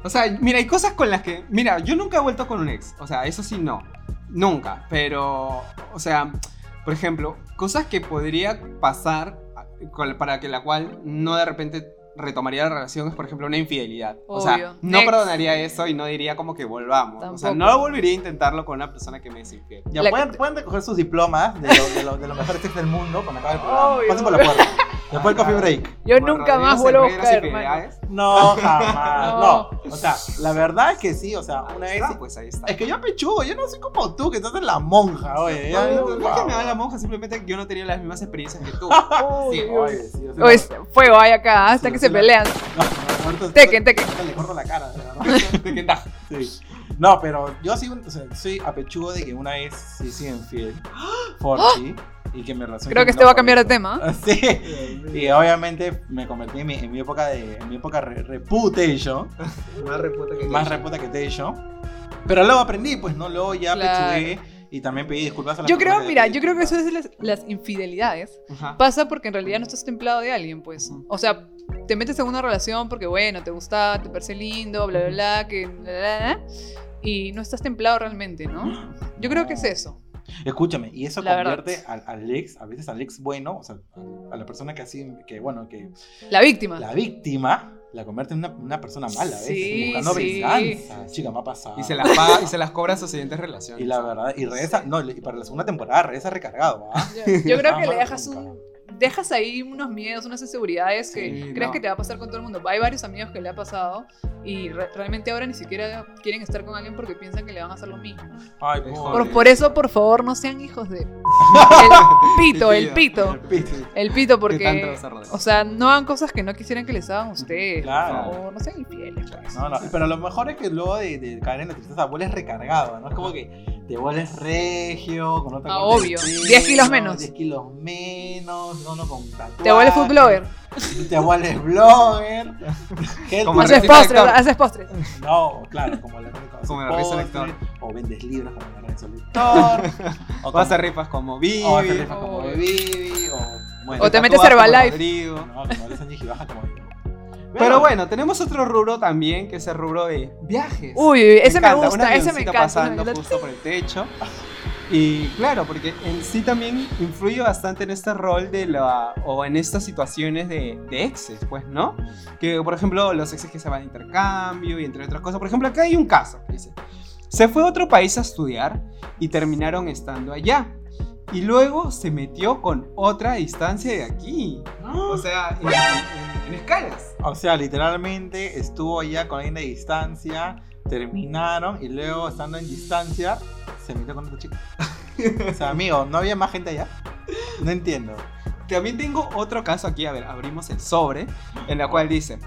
Speaker 3: O sea, mira, hay cosas con las que... Mira, yo nunca he vuelto con un ex. O sea, eso sí, no. Nunca. Pero, o sea, por ejemplo, cosas que podría pasar ah, con- para que la cual no de repente retomaría la relación es, por ejemplo, una infidelidad. O sea,
Speaker 6: Obvio.
Speaker 3: no
Speaker 6: Ex.
Speaker 3: perdonaría eso y no diría como que volvamos. O sea,
Speaker 6: Tampoco.
Speaker 3: no volvería a intentarlo con una persona que me es infiel.
Speaker 5: Ya
Speaker 6: La-
Speaker 5: pueden, pueden recoger sus diplomas de, lo- de, lo- de los mejores sex del mundo cuando acabe el programa.
Speaker 6: Obvio.
Speaker 5: Pasen por la puerta. Después el coffee break.
Speaker 6: Yo
Speaker 3: Como
Speaker 6: nunca
Speaker 3: Rodrigo
Speaker 6: más vuelvo a
Speaker 3: Cerveros,
Speaker 6: buscar, hermano.
Speaker 5: ¿eh?
Speaker 3: infidelidades.
Speaker 5: No, jamás.
Speaker 6: No.
Speaker 5: No. O sea, la verdad es que sí. O sea, una
Speaker 3: Ahí
Speaker 5: vez.
Speaker 3: está, pues ahí está.
Speaker 5: Es que yo pechugo, yo no soy como tú, que estás en la monja, oye.
Speaker 3: No, no,
Speaker 5: ya-
Speaker 3: no, no es que
Speaker 5: wow.
Speaker 3: me da la monja, simplemente yo no tenía las mismas experiencias que tú.
Speaker 6: Uy,
Speaker 3: Sí,
Speaker 6: uy.
Speaker 5: Oye, sí, o sea,
Speaker 6: Uy, fuego hay acá, hasta
Speaker 5: Sí,
Speaker 6: que
Speaker 5: sí,
Speaker 6: se
Speaker 5: la-
Speaker 6: pelean.
Speaker 5: no, no, ahorita-
Speaker 6: Tequen, tequen.
Speaker 5: ahorita Le corto la cara, de verdad.
Speaker 3: ¿De qué tal?
Speaker 5: Sí. No, pero yo sí, o sea, soy apechugo de que una vez sí sí infiel. Forti. Y que me relacioné
Speaker 6: Creo que
Speaker 5: con
Speaker 6: este
Speaker 5: una
Speaker 6: va a cambiar de
Speaker 5: pareja.
Speaker 6: tema.
Speaker 5: Sí. Y obviamente me convertí en mi, en mi época de en mi época re- reputation,
Speaker 3: Más reputa que
Speaker 5: más reputa que Tation. Pero luego aprendí, pues no, luego ya
Speaker 6: Claro.
Speaker 5: pechugué y también pedí disculpas a la
Speaker 6: Yo creo, mira, yo creo que eso es de las, las infidelidades.
Speaker 3: Ajá.
Speaker 6: Pasa porque en realidad no estás templado de alguien, pues. O sea, te metes en una relación porque, bueno, te gusta, te parece lindo, bla, bla, bla, que. bla, bla, bla, y no estás templado realmente, ¿no? Yo creo que es eso.
Speaker 5: Escúchame, y eso
Speaker 6: La verdad.
Speaker 5: convierte al, al ex, a veces al ex bueno, o sea, a la persona que así, que bueno, que
Speaker 6: La víctima.
Speaker 5: la víctima la convierte en una, una persona mala, ¿ves?
Speaker 6: Sí,
Speaker 5: Buscando
Speaker 6: sí.
Speaker 5: venganza. Chica, me ha pasado.
Speaker 3: Y se las paga y se las cobra a sus siguientes relaciones.
Speaker 5: Y la verdad, y regresa,
Speaker 6: Sí.
Speaker 5: no, y para la segunda temporada regresa recargado, ¿ah?
Speaker 6: Yo, yo creo que
Speaker 5: Vamos
Speaker 6: le dejas
Speaker 5: nunca.
Speaker 6: un. Dejas ahí unos miedos, unas inseguridades que
Speaker 3: Sí,
Speaker 6: crees
Speaker 3: no.
Speaker 6: que te va a pasar con todo el mundo. Hay varios amigos que le ha pasado y re- realmente ahora ni siquiera quieren estar con alguien porque piensan que le van a hacer lo mismo.
Speaker 5: Ay,
Speaker 3: Por-
Speaker 5: pobre.
Speaker 6: Por, por eso, por favor, no sean hijos de. El pito, el pito. El pito,
Speaker 3: Qué tanto
Speaker 6: porque.
Speaker 3: vas a rodear.
Speaker 6: O sea, no hagan cosas que no quisieran que les hagan a ustedes.
Speaker 5: Claro.
Speaker 6: Por favor, no sean infieles. pues.
Speaker 5: No, no, pero lo mejor es que luego de, de caer en la tristeza vuelves recargado, ¿no? Es como que te vuelves regio, con otra
Speaker 6: Ah,
Speaker 5: corte de
Speaker 6: obvio.
Speaker 5: pelo,
Speaker 6: 10 kilos menos.
Speaker 5: 10 kilos menos, no, no, con tatuaje,
Speaker 6: Te vuelves food blogger.
Speaker 5: Te vuelves blogger. Gente-
Speaker 3: Como
Speaker 6: Haces
Speaker 3: receta de
Speaker 6: postres,
Speaker 3: carne.
Speaker 6: haces postres.
Speaker 5: No, claro, como la
Speaker 3: Como la
Speaker 5: haces
Speaker 3: risa del
Speaker 5: postres,
Speaker 3: lector.
Speaker 5: O vendes libros como la red lector. o
Speaker 3: Vas a
Speaker 5: como-
Speaker 3: rifas como Oh.
Speaker 5: o haces
Speaker 3: Vivi.
Speaker 5: rifas como
Speaker 6: Obvio.
Speaker 5: Vivi. O, bueno,
Speaker 6: O te
Speaker 5: tatuajes
Speaker 6: metes
Speaker 3: tatúas como
Speaker 6: Herbalife.
Speaker 3: Rodrigo.
Speaker 5: No, como eres Angie Gibaja, como Vivi.
Speaker 3: Pero bueno, tenemos otro rubro también, que es el rubro de viajes.
Speaker 6: Uy, ese me,
Speaker 3: encanta,
Speaker 6: gusta,
Speaker 3: una
Speaker 6: ese
Speaker 3: avioncita
Speaker 6: me encanta. ese me
Speaker 3: pasando
Speaker 6: encanta.
Speaker 3: justo por el techo. Y claro, porque en sí también influye bastante en este rol de la. o en estas situaciones de, de exes, pues, ¿no? Que por ejemplo, los exes que se van de intercambio y entre otras cosas. Por ejemplo, acá hay un caso que dice: se fue a otro país a estudiar y terminaron estando allá. Y luego se metió con otra distancia de aquí. O sea, en- en- en escalas.
Speaker 5: O sea, literalmente estuvo allá con alguien de distancia, terminaron y luego estando en distancia se metió con otro chico. O sea, amigo, ¿no había más gente allá? No entiendo.
Speaker 3: También tengo otro caso aquí, a ver, abrimos el sobre, en la cual dice,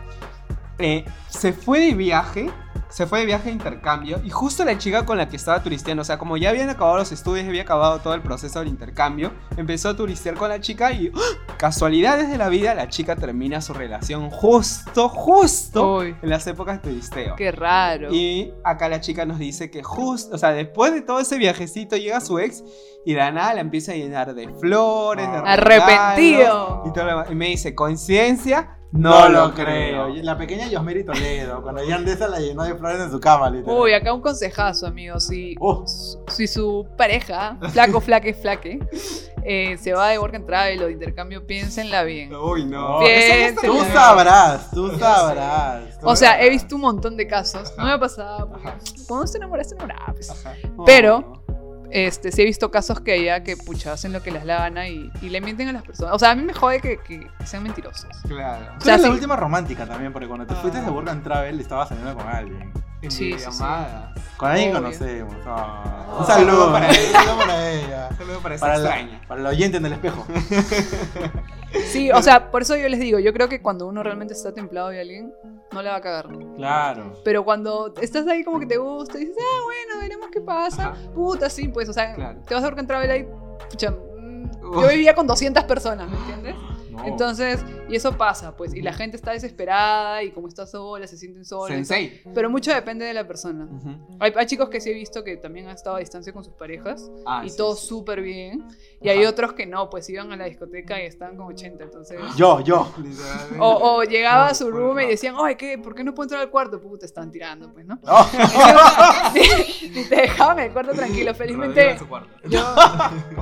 Speaker 3: eh, se fue de viaje, se fue de viaje de intercambio, y justo la chica con la que estaba turisteando, o sea, como ya habían acabado los estudios, había acabado todo el proceso del intercambio, empezó a turistear con la chica y, ¡ah! casualidades de la vida, la chica termina su relación justo, justo
Speaker 6: Uy,
Speaker 3: en las épocas de turisteo.
Speaker 6: qué raro.
Speaker 3: Y acá la chica nos dice que justo, o sea, después de todo ese viajecito llega su ex y de la nada la empieza a llenar de flores, de regalos,
Speaker 6: Arrepentido.
Speaker 3: Y, todo lo demás. Y me dice, coincidencia, no,
Speaker 5: No,
Speaker 3: lo,
Speaker 5: lo creo.
Speaker 3: creo.
Speaker 5: La pequeña Yosmeri Toledo, cuando Yandesa la llenó de flores en su cama, literal.
Speaker 6: Uy, acá un consejazo, amigo. Si,
Speaker 5: Oh.
Speaker 6: si su pareja, flaco, flaque, flaque, eh, se va de work and travel o de intercambio, piénsenla bien.
Speaker 3: Uy, no.
Speaker 5: Bien,
Speaker 3: Eso no está
Speaker 5: tú
Speaker 3: bien.
Speaker 5: sabrás, tú sabrás. tú
Speaker 6: O sea,
Speaker 5: sabrás.
Speaker 6: he visto un montón de casos. No me ha pasado porque
Speaker 5: Ajá.
Speaker 6: cuando se enamora, se enamora. pues.
Speaker 5: Ajá.
Speaker 6: Pero- Este, sí he visto casos que hay que pucha, hacen lo que les la gana y, y le mienten a las personas. O sea, a mí me jode que, que sean mentirosos.
Speaker 3: Claro.
Speaker 5: Tú
Speaker 6: sea,
Speaker 5: eres la
Speaker 6: sí.
Speaker 5: última romántica también, porque cuando te
Speaker 3: Ah.
Speaker 5: fuiste de Work and Travel estabas saliendo con alguien.
Speaker 3: En
Speaker 6: Sí, sí, sí.
Speaker 3: videollamadas.
Speaker 5: Con alguien
Speaker 6: Obvio.
Speaker 5: conocemos. ah.
Speaker 3: Ah.
Speaker 5: Un saludo para
Speaker 3: Para
Speaker 5: ella. Un saludo para ella.
Speaker 3: Un saludo para esa
Speaker 5: Para, la-
Speaker 3: extraña.
Speaker 5: para el oyente en el espejo.
Speaker 6: Sí, o sea, por eso yo les digo, yo creo que cuando uno realmente está templado de alguien, no la va a cagar.
Speaker 5: Claro.
Speaker 6: Pero cuando estás ahí como que te gusta y dices, ah, bueno, veremos qué pasa.
Speaker 3: Ajá.
Speaker 6: Puta, sí, pues, o sea,
Speaker 3: Claro.
Speaker 6: te vas a ver con Travel ahí, pucha, mm,
Speaker 3: Uf.
Speaker 6: yo vivía con 200 personas, ¿me entiendes?
Speaker 5: No.
Speaker 6: Entonces, y eso pasa, pues, y la gente está desesperada y como está sola, se sienten sola.
Speaker 3: Sensei.
Speaker 6: Pero mucho depende de la persona.
Speaker 3: Ujú.
Speaker 6: Hay, hay chicos que sí he visto que también han estado a distancia con sus parejas
Speaker 3: Ah,
Speaker 6: y
Speaker 3: sí,
Speaker 6: todo
Speaker 3: sí.
Speaker 6: súper bien. Y hay
Speaker 3: Ajá.
Speaker 6: otros que no, pues iban a la discoteca y estaban con 80, entonces...
Speaker 5: Yo, yo.
Speaker 3: Literalmente.
Speaker 6: O, o llegaba a su
Speaker 3: Por
Speaker 6: room y
Speaker 3: favor.
Speaker 6: decían, ay, ¿qué? ¿por qué no puedo entrar al cuarto? Puta, estaban tirando, pues, ¿no?
Speaker 5: No.
Speaker 6: Y te dejaban el cuarto tranquilo.
Speaker 3: Rodrigo
Speaker 6: Felizmente,
Speaker 3: en su cuarto.
Speaker 6: yo,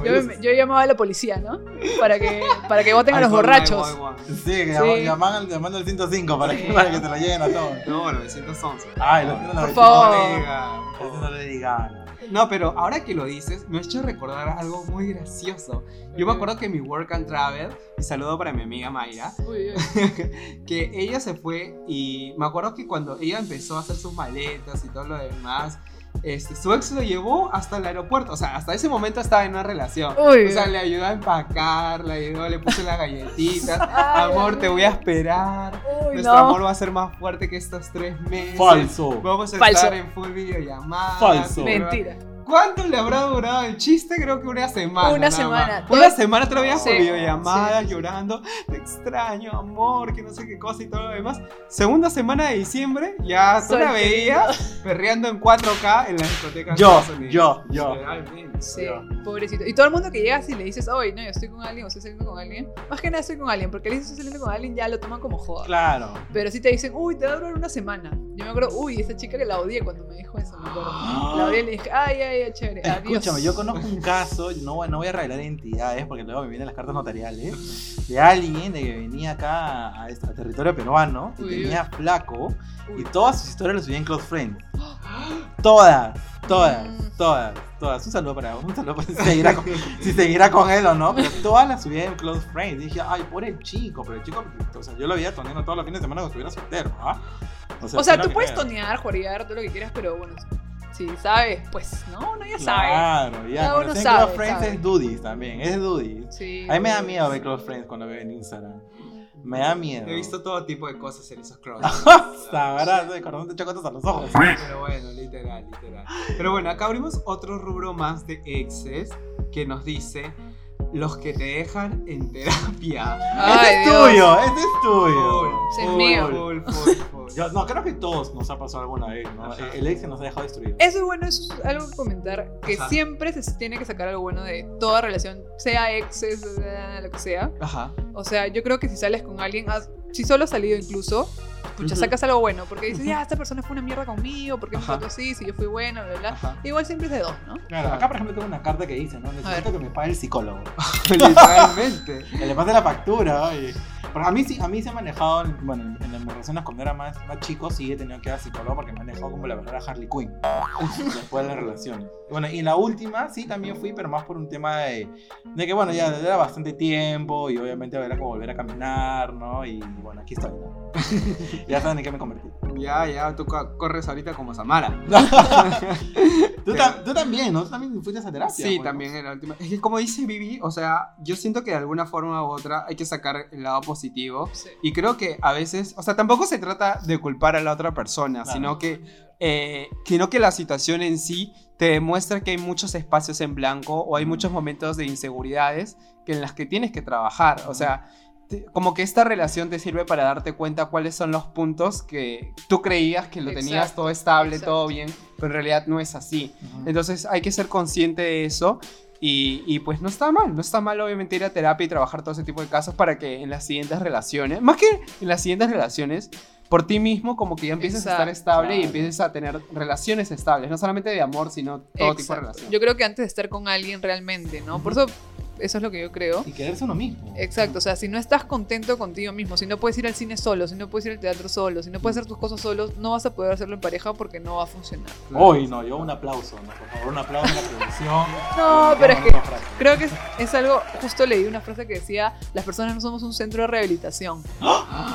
Speaker 6: yo, me- yo llamaba a la policía, ¿no? Para que, para que voten a los
Speaker 3: iPhone
Speaker 6: borrachos.
Speaker 3: 911.
Speaker 5: Sí, que
Speaker 6: Sí.
Speaker 5: Llaman, al- llamando al 105 para que,
Speaker 6: Sí.
Speaker 5: para que te lo lleguen a todos.
Speaker 3: No, 911.
Speaker 5: Ay, lo siento, no,
Speaker 6: Por favor.
Speaker 5: no,
Speaker 3: Oiga,
Speaker 5: no, eso no le digan.
Speaker 3: No, pero ahora que lo dices, me ha hecho recordar algo muy gracioso. Yo me acuerdo que mi work and travel, y saludo para mi amiga Mayra,
Speaker 6: Uy, uy.
Speaker 3: que ella se fue y me acuerdo que cuando ella empezó a hacer sus maletas y todo lo demás, este, su ex lo llevó hasta el aeropuerto. O sea, hasta ese momento estaba en una relación.
Speaker 6: Uy.
Speaker 3: O sea, le ayudó a empacar, le ayudó, le puso las galletitas.
Speaker 6: Ay,
Speaker 3: Amor, te voy a esperar.
Speaker 6: Uy,
Speaker 3: Nuestro
Speaker 6: no.
Speaker 3: amor va a ser más fuerte que estos tres meses.
Speaker 5: Falso.
Speaker 3: Vamos a
Speaker 6: Falso.
Speaker 3: estar en full videollamada.
Speaker 5: Falso.
Speaker 6: Mentira.
Speaker 3: ¿Cuánto le habrá durado el chiste? Creo que una semana.
Speaker 6: Una
Speaker 3: nada
Speaker 6: semana.
Speaker 3: más.
Speaker 6: Todo-
Speaker 3: Una semana todavía por
Speaker 6: Sí.
Speaker 3: videollamada,
Speaker 6: Sí, sí, sí.
Speaker 3: llorando. Te extraño, amor, que no sé qué cosa y todo lo demás. Segunda semana de diciembre, ya tú la
Speaker 6: Solterito.
Speaker 3: veías perreando en 4K en la discoteca.
Speaker 5: Yo, yo, yo.
Speaker 3: Literalmente.
Speaker 6: Sí, pobrecito. Y todo el mundo que llegas y le dices, oye, no, yo estoy con alguien, o estoy saliendo con alguien. Más que nada estoy con alguien, porque le dices estoy saliendo con alguien, ya lo toman como joda.
Speaker 5: Claro.
Speaker 6: Pero si te dicen, uy, te va a durar una semana. Yo me acuerdo, uy, esa chica que la odié cuando me dijo eso, me acuerdo. La odié y le dije, ay, ay, ay, chévere, adiós.
Speaker 5: ¡Ah! Escúchame, yo conozco un caso, no, voy- no voy a revelar identidades porque luego me vienen las cartas notariales, de alguien de que venía acá a, este- a territorio peruano, y
Speaker 6: Uy,
Speaker 5: tenía flaco, y
Speaker 6: Uy.
Speaker 5: todas sus historias las subía en Close Friends. Todas, todas,
Speaker 6: Mm.
Speaker 5: todas, todas. Un saludo para un saludo para si seguirá con, si seguirá con él o no, pero todas las subía en Close Friends. Y dije, ay, pobre chico, pero el chico, o sea, yo lo veía toneando todos los fines de semana que estuviera soltero, ¿ah?
Speaker 6: O sea,
Speaker 5: no
Speaker 6: tú
Speaker 5: que
Speaker 6: puedes
Speaker 5: nada.
Speaker 6: tonear, jorear, todo lo que quieras, pero bueno, si sabes, pues, ¿no? Uno ya sabe.
Speaker 5: Claro, ya.
Speaker 6: Cada
Speaker 5: cuando está
Speaker 6: uno
Speaker 5: en
Speaker 6: sabe,
Speaker 5: Close Friends
Speaker 6: sabe.
Speaker 5: es Duties también, es Duties.
Speaker 6: Sí.
Speaker 5: A mí me da miedo ver Close Friends cuando veo en Instagram. Me da miedo.
Speaker 3: He visto todo tipo de cosas en esos
Speaker 5: Ah.
Speaker 3: closets.
Speaker 5: Sabrás, de corazón te chocotas a los ojos.
Speaker 3: Pero bueno, literal, literal. Pero bueno, acá abrimos otro rubro más de exes que nos dice los que te dejan en terapia.
Speaker 5: Este
Speaker 6: Ay,
Speaker 5: es
Speaker 6: Dios.
Speaker 5: tuyo, este es tuyo.
Speaker 6: Ese es
Speaker 3: Full,
Speaker 6: mío.
Speaker 3: full, full, full.
Speaker 5: Yo- no, creo que todos nos ha pasado alguna vez, ¿no?
Speaker 3: Ajá.
Speaker 5: El ex que nos ha dejado destruidos.
Speaker 6: Eso es bueno, eso es algo que comentar, que
Speaker 3: Ajá.
Speaker 6: siempre se tiene que sacar algo bueno de toda relación, sea exes, sea lo que sea.
Speaker 3: Ajá.
Speaker 6: O sea, yo creo que si sales con alguien, haz- si solo has salido incluso, pucha,
Speaker 3: Ujú.
Speaker 6: sacas algo bueno, porque dices, ya, esta persona fue una mierda conmigo, porque me
Speaker 3: Ajá.
Speaker 6: trató así, si yo fui bueno, bla, bla, bla.
Speaker 3: Ajá.
Speaker 6: Igual siempre es de dos, ¿no?
Speaker 5: Claro, acá por ejemplo tengo una carta que dice, ¿no? Necesito que me pague el psicólogo.
Speaker 3: Literalmente.
Speaker 5: Que le pase la factura, oye. Pero a mí sí, a mí se ha manejado, en- bueno, en las relaciones cuando era más, más chico, sí he tenido que ir al psicólogo porque me han dejado como la verdadera Harley Quinn. después de las relaciones. Bueno, y la última sí también fui, pero más por un tema de, de que, bueno, ya era bastante tiempo y obviamente era como volver a caminar, ¿no? Y bueno, aquí estoy, ¿no? ya saben en qué me convertí.
Speaker 3: Ya, ya, tú co- corres ahorita como Samara.
Speaker 5: Tú, ta- tú también, ¿no? Tú también fuiste a esa terapia. pues,
Speaker 3: Sí,
Speaker 5: bueno.
Speaker 3: también en la última. Es que como dice Vivi, o sea, yo siento que de alguna forma u otra hay que sacar el lado positivo.
Speaker 6: Sí.
Speaker 3: Y creo que a veces, o sea, tampoco se trata de culpar a la otra persona,
Speaker 5: Claro.
Speaker 3: sino, que, eh, sino que la situación en sí te demuestra que hay muchos espacios en blanco o hay muchos momentos de inseguridades que en las que tienes que trabajar. O sea, te- como que esta relación te sirve para darte cuenta cuáles son los puntos que tú creías que lo tenías
Speaker 6: Exacto,
Speaker 3: todo estable,
Speaker 6: exacto.
Speaker 3: todo bien, pero en realidad no es así.
Speaker 5: Ujú.
Speaker 3: Entonces hay que ser consciente de eso. Y, y, pues no está mal, no está mal obviamente ir a terapia y trabajar todo ese tipo de casos para que en las siguientes relaciones, más que en las siguientes relaciones, por ti mismo como que ya empieces a estar
Speaker 6: Exacto.
Speaker 3: estable y
Speaker 5: Claro.
Speaker 3: empieces a tener relaciones estables, no solamente de amor, sino todo tipo de
Speaker 6: Exacto.
Speaker 3: relaciones.
Speaker 6: Yo creo que antes de estar con alguien realmente, ¿no? Por eso, eso es lo que yo creo.
Speaker 5: Y quererse uno mismo.
Speaker 6: Exacto, o sea, si no estás contento contigo mismo, si no puedes ir al cine solo, si no puedes ir al teatro solo, si no puedes hacer tus cosas solos, no vas a poder hacerlo en pareja porque no va a funcionar.
Speaker 5: Hoy no, yo un aplauso, ¿no? Por favor, un aplauso a la producción.
Speaker 6: No,
Speaker 5: Qué
Speaker 6: pero es que
Speaker 5: bonita frase.
Speaker 6: creo que es, es algo, justo leí una frase que decía, las personas no somos un centro de rehabilitación,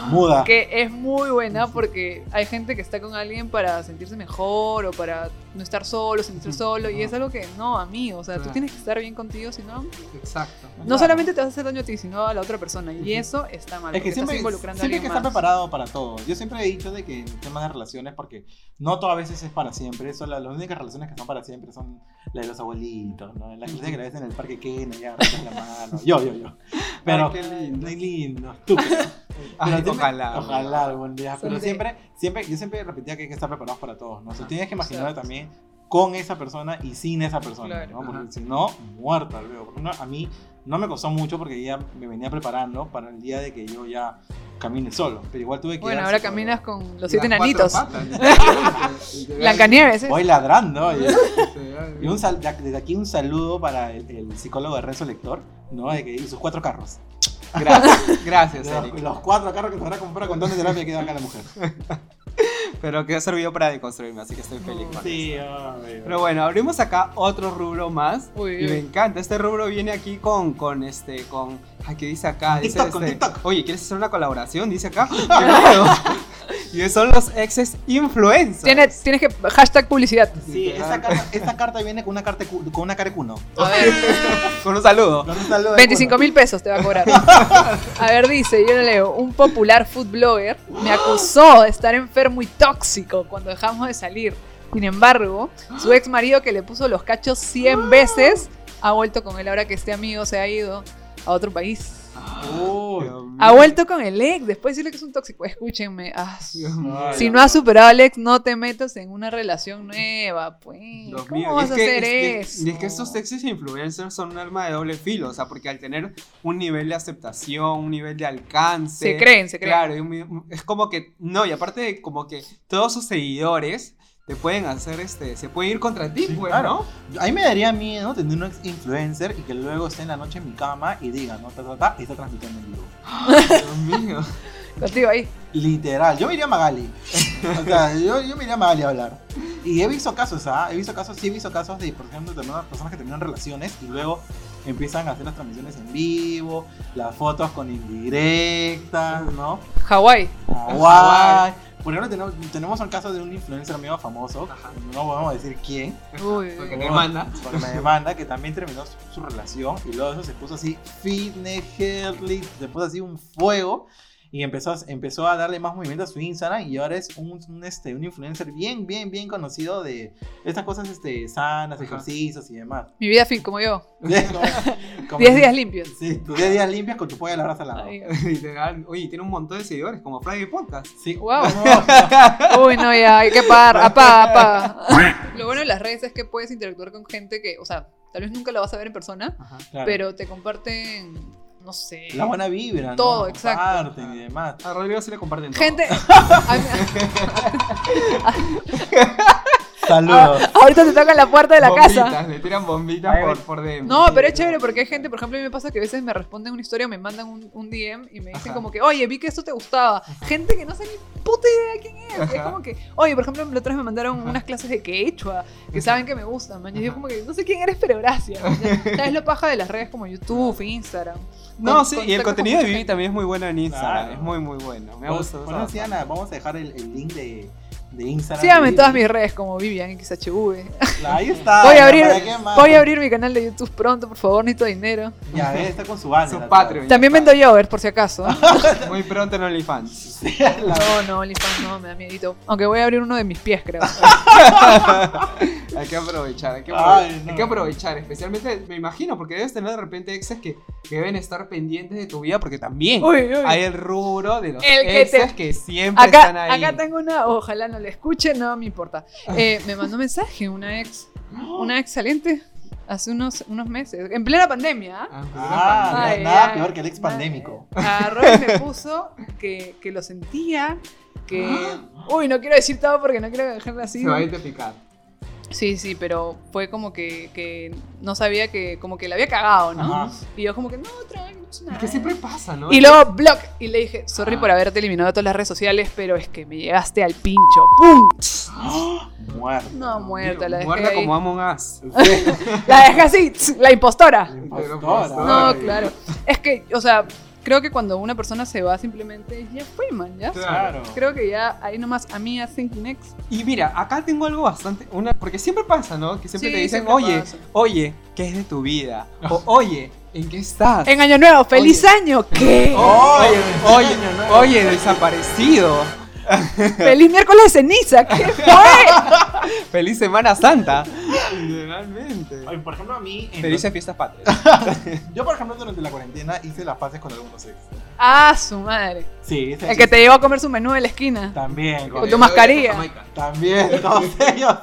Speaker 5: Muda.
Speaker 6: que es muy buena porque hay gente que está con alguien para sentirse mejor o para no estar solo, sentirse solo, y es algo que no, a mí, o sea, tú
Speaker 3: Claro.
Speaker 6: tienes que estar bien contigo, si no,
Speaker 3: Exacto.
Speaker 6: no solamente te vas a hacer daño a ti, sino a la otra persona, y eso está mal,
Speaker 5: Es
Speaker 6: porque
Speaker 5: que
Speaker 6: estás
Speaker 5: siempre,
Speaker 6: involucrando a
Speaker 5: siempre hay
Speaker 6: alguien
Speaker 5: que estar
Speaker 6: más.
Speaker 5: preparado para todo. Yo siempre he dicho de que en temas de relaciones, porque no todas veces es para siempre, son las, las únicas relaciones que son para siempre son las de los abuelitos, ¿no? Las que que la ves en el parque Ken, allá agarras la mano. Yo, yo, yo. Pero
Speaker 3: Ay, qué lindo.
Speaker 5: muy lindo, estúpido.
Speaker 3: Ay,
Speaker 5: Pero siempre-
Speaker 3: ojalá.
Speaker 5: Ojalá algún día. Pero
Speaker 6: Son de-
Speaker 5: siempre, siempre, yo siempre repetía que hay que estar preparados para todos, ¿no? O sea,
Speaker 3: Ajá.
Speaker 5: tienes que imaginar
Speaker 6: Ah, Exacto.
Speaker 5: también con esa persona y sin esa persona,
Speaker 6: Claro.
Speaker 5: ¿no? Porque
Speaker 3: Ajá.
Speaker 5: si no, muerta, luego. Por ejemplo, a mí no me costó mucho porque ya me venía preparando para el día de que yo ya camine solo. Pero igual tuve que. ir
Speaker 6: Bueno,
Speaker 5: al
Speaker 6: ahora
Speaker 5: psicólogo.
Speaker 6: caminas con los siete
Speaker 3: Las
Speaker 6: enanitos.
Speaker 3: cuatro patas, este, literal.
Speaker 6: Blancanieves, ¿eh?
Speaker 5: Voy ladrando. oye.
Speaker 3: Literal.
Speaker 5: Y un sal- de- desde aquí un saludo para el, el psicólogo de Renzo Lector, ¿no? De que, y sus cuatro carros.
Speaker 3: Gracias, gracias,
Speaker 5: De los,
Speaker 3: Eric.
Speaker 5: los cuatro carros que se habrá comprado con dones de terapia que da acá la mujer.
Speaker 3: Pero que ha servido para deconstruirme, así que estoy feliz. con eso.
Speaker 5: hombre.
Speaker 3: Pero bueno, abrimos acá otro rubro más.
Speaker 6: Uy,
Speaker 3: Y me
Speaker 6: uy.
Speaker 3: encanta. Este rubro viene aquí con, con este, con. Ay, ¿qué dice acá? Dice
Speaker 5: TikTok, con
Speaker 3: este,
Speaker 5: TikTok.
Speaker 3: Oye, ¿quieres hacer una colaboración? Dice acá. ¡Qué miedo! y son los exes influencers.
Speaker 6: Tiene- tienes que. Hashtag publicidad.
Speaker 5: Sí, esta carta, esta carta viene con una carta de cu- con una cara de cuno.
Speaker 6: A ver,
Speaker 3: Con un saludo.
Speaker 5: Con un saludo de
Speaker 6: 25
Speaker 5: cuno.
Speaker 6: mil pesos te va a cobrar. A ver, dice, yo le leo, un popular food blogger me acusó de estar enfermo y tóxico cuando dejamos de salir. Sin embargo, su ex marido que le puso los cachos 100 veces ha vuelto con él ahora que este amigo se ha ido a otro país.
Speaker 5: Uy.
Speaker 6: Ha vuelto con el ex, después de decirle que es un tóxico. Escúchenme. ah,
Speaker 3: Dios mío.
Speaker 5: Ay,
Speaker 6: Si no has superado al ex, no te metas en una relación nueva, pues.
Speaker 3: Dios
Speaker 6: ¿Cómo
Speaker 3: mío, y
Speaker 6: vas
Speaker 3: es
Speaker 6: a
Speaker 3: que-
Speaker 6: hacer
Speaker 3: es que-
Speaker 6: eso?
Speaker 3: Y es que estos exes influencers son un arma de doble filo, o sea, porque al tener un nivel de aceptación, un nivel de alcance.
Speaker 6: Se creen, se creen.
Speaker 3: Claro, y un- es como que, no, y aparte de como que todos sus seguidores te pueden hacer este, se pueden ir contra ti,
Speaker 5: Sí,
Speaker 3: pues,
Speaker 5: claro.
Speaker 3: ¿no?
Speaker 5: A mí me daría miedo tener un ex influencer y que luego esté en la noche en mi cama y diga, no, ta, ta, ta, está transmitiendo en vivo.
Speaker 3: Dios mío.
Speaker 6: Contigo ahí.
Speaker 5: Literal, yo me iría a Magali. O sea, yo, yo me iría a Magali a hablar. Y he visto casos, ¿ah? He visto casos, sí he visto casos de, por ejemplo, de algunas personas que terminan relaciones y luego empiezan a hacer las transmisiones en vivo, las fotos con indirectas, ¿no?
Speaker 6: Hawái.
Speaker 5: Hawái. Por ejemplo, tenemos, tenemos un caso de un influencer amigo famoso,
Speaker 3: Ajá.
Speaker 5: no podemos decir quién,
Speaker 6: Uy,
Speaker 3: Porque
Speaker 6: uy.
Speaker 3: me manda.
Speaker 5: porque me demanda, que también terminó su, su relación y luego de eso se puso así fitness, healthy, se puso así un fuego Y empezó, a- empezó a darle más movimiento a su Instagram y ahora es un, un, este, un influencer bien, bien, bien conocido de estas cosas este, sanas,
Speaker 3: Ajá.
Speaker 5: ejercicios y demás.
Speaker 6: Mi vida fit, como yo.
Speaker 5: Como-
Speaker 6: 10 días limpios.
Speaker 5: Sí, tus 10 días limpias con tu polla de la brasa al lado.
Speaker 6: Ay,
Speaker 3: Literal. Oye, tiene un montón de seguidores, como Friday Podcast.
Speaker 5: Sí.
Speaker 6: Wow.
Speaker 5: No, no.
Speaker 6: Uy, no, ya, hay que parar. Apaga, apaga. Lo bueno de las redes es que puedes interactuar con gente que, o sea, tal vez nunca la vas a ver en persona,
Speaker 3: Ajá.
Speaker 5: Claro.
Speaker 6: pero te comparten, no sé.
Speaker 5: la buena vibra, ¿no?
Speaker 6: Todo, exacto. Ah,
Speaker 5: Comparten y demás.
Speaker 3: A Rodrigo sí le comparten todo.
Speaker 6: Gente, a mí-
Speaker 5: Saludos.
Speaker 6: ahorita te tocan la puerta de la
Speaker 3: bombitas,
Speaker 6: casa.
Speaker 3: Le tiran bombitas
Speaker 5: Ay,
Speaker 3: por, por DM.
Speaker 6: No, pero es chévere porque hay gente, por ejemplo, a mí me pasa que a veces me responden una historia o me mandan un, un DM y me dicen
Speaker 3: Ajá.
Speaker 6: como que, oye, vi que esto te gustaba. Gente que no sé ni puta idea quién es. Es
Speaker 3: Ajá.
Speaker 6: como que, oye, por ejemplo, la otra vez me mandaron
Speaker 3: Ajá.
Speaker 6: unas clases de quechua que
Speaker 3: Ajá.
Speaker 6: saben que me gustan, man. Y yo
Speaker 3: Ajá.
Speaker 6: como que, no sé quién eres, pero gracias. man. Ya, ¿Sabes lo paja de las redes como YouTube, Instagram?
Speaker 3: No,
Speaker 6: Con-
Speaker 3: sí, y el
Speaker 6: contactas
Speaker 3: contenido
Speaker 6: con
Speaker 3: de Vivi
Speaker 6: gente.
Speaker 3: también es muy bueno en Instagram.
Speaker 5: Claro.
Speaker 3: Es muy, muy bueno. Me ha
Speaker 5: Bueno,
Speaker 3: gustado.
Speaker 5: bueno, sí, Ana, vamos a dejar el, el link de, de Instagram.
Speaker 6: Síganme en
Speaker 5: Sí.
Speaker 6: todas mis redes como Vivian XHV.
Speaker 5: Ahí está.
Speaker 6: Voy
Speaker 5: Ana,
Speaker 6: a abrir-
Speaker 5: ¿para qué más?
Speaker 6: Voy a abrir mi canal de YouTube pronto, por favor, necesito dinero.
Speaker 5: Ya, eh, está con su banner.
Speaker 3: Su
Speaker 5: atrás.
Speaker 3: Patreon.
Speaker 6: También vendo yogurt, por si acaso.
Speaker 3: Muy pronto en OnlyFans.
Speaker 5: Sí, la-
Speaker 6: No, no, OnlyFans no, me da miedito. Aunque voy a abrir uno de mis pies, creo.
Speaker 3: Hay que aprovechar, hay que,
Speaker 5: Ay,
Speaker 3: aprovechar,
Speaker 5: no.
Speaker 3: hay que aprovechar. Especialmente, me imagino, porque debes tener de repente exes que, que deben estar pendientes de tu vida, porque también
Speaker 6: Uy, uy.
Speaker 3: hay el rubro de los
Speaker 6: El que te-
Speaker 3: exes que siempre están
Speaker 6: Acá,
Speaker 3: ahí.
Speaker 6: acá tengo una, ojalá no la escuche, no me importa. Eh, me mandó un mensaje una ex, una ex saliente hace unos, unos meses, en plena pandemia. ¿ah?
Speaker 3: Ah, pero una
Speaker 5: Ah, no,
Speaker 6: Ay,
Speaker 5: nada
Speaker 6: ay,
Speaker 5: peor que el ex
Speaker 6: nada.
Speaker 5: pandémico.
Speaker 6: Agarró y me puso que, que lo sentía, que... Uy, no quiero decir todo porque no quiero
Speaker 3: pandemia.
Speaker 6: dejarla así.
Speaker 3: Ah. Se va a ir de picar.
Speaker 6: Sí, sí, pero fue como que, que no sabía que, como que la había cagado, ¿no?
Speaker 5: Ajá.
Speaker 6: Y yo como que, no, tranqui, no es nada.
Speaker 3: Es que siempre pasa, ¿no?
Speaker 6: Ah. Y luego block. Y le dije, sorry
Speaker 3: Ah.
Speaker 6: por haberte eliminado de todas las redes sociales, pero es que me llegaste al pincho. ¡Pum!
Speaker 5: Muerto.
Speaker 6: No, muerta, la dejé
Speaker 3: Muerta
Speaker 6: ahí.
Speaker 3: como Among Us.
Speaker 6: La dejé así, tss, la impostora.
Speaker 5: Impostora.
Speaker 6: No,
Speaker 5: Ay.
Speaker 6: claro. Es que, o sea, creo que cuando una persona se va simplemente ya fue, man, ya.
Speaker 3: Claro.
Speaker 6: Creo que ya ahí nomás a mí thinking next.
Speaker 3: Y mira, acá tengo algo bastante. Una, porque siempre pasa, ¿no? Que siempre
Speaker 6: Sí,
Speaker 3: te dicen,
Speaker 6: siempre
Speaker 3: oye,
Speaker 6: pasa.
Speaker 3: oye, ¿qué es de tu vida? O oye, ¿en qué estás?
Speaker 6: En año nuevo, feliz año. ¿Qué?
Speaker 5: Oh.
Speaker 3: Oye, oye, oye, desaparecido.
Speaker 6: Feliz miércoles de ceniza. ¿Qué fue?
Speaker 3: Feliz Semana Santa. Literalmente.
Speaker 5: Ay, por ejemplo, a mí. en
Speaker 3: Felices fiestas patrias.
Speaker 5: los- Yo, por ejemplo, durante la cuarentena hice las paces con algunos ex.
Speaker 6: Ah, su madre.
Speaker 5: Sí, ese
Speaker 6: El que te llevó a comer su menú de la esquina.
Speaker 5: También, con-
Speaker 6: Con tu mascarilla.
Speaker 5: También, todos ellos.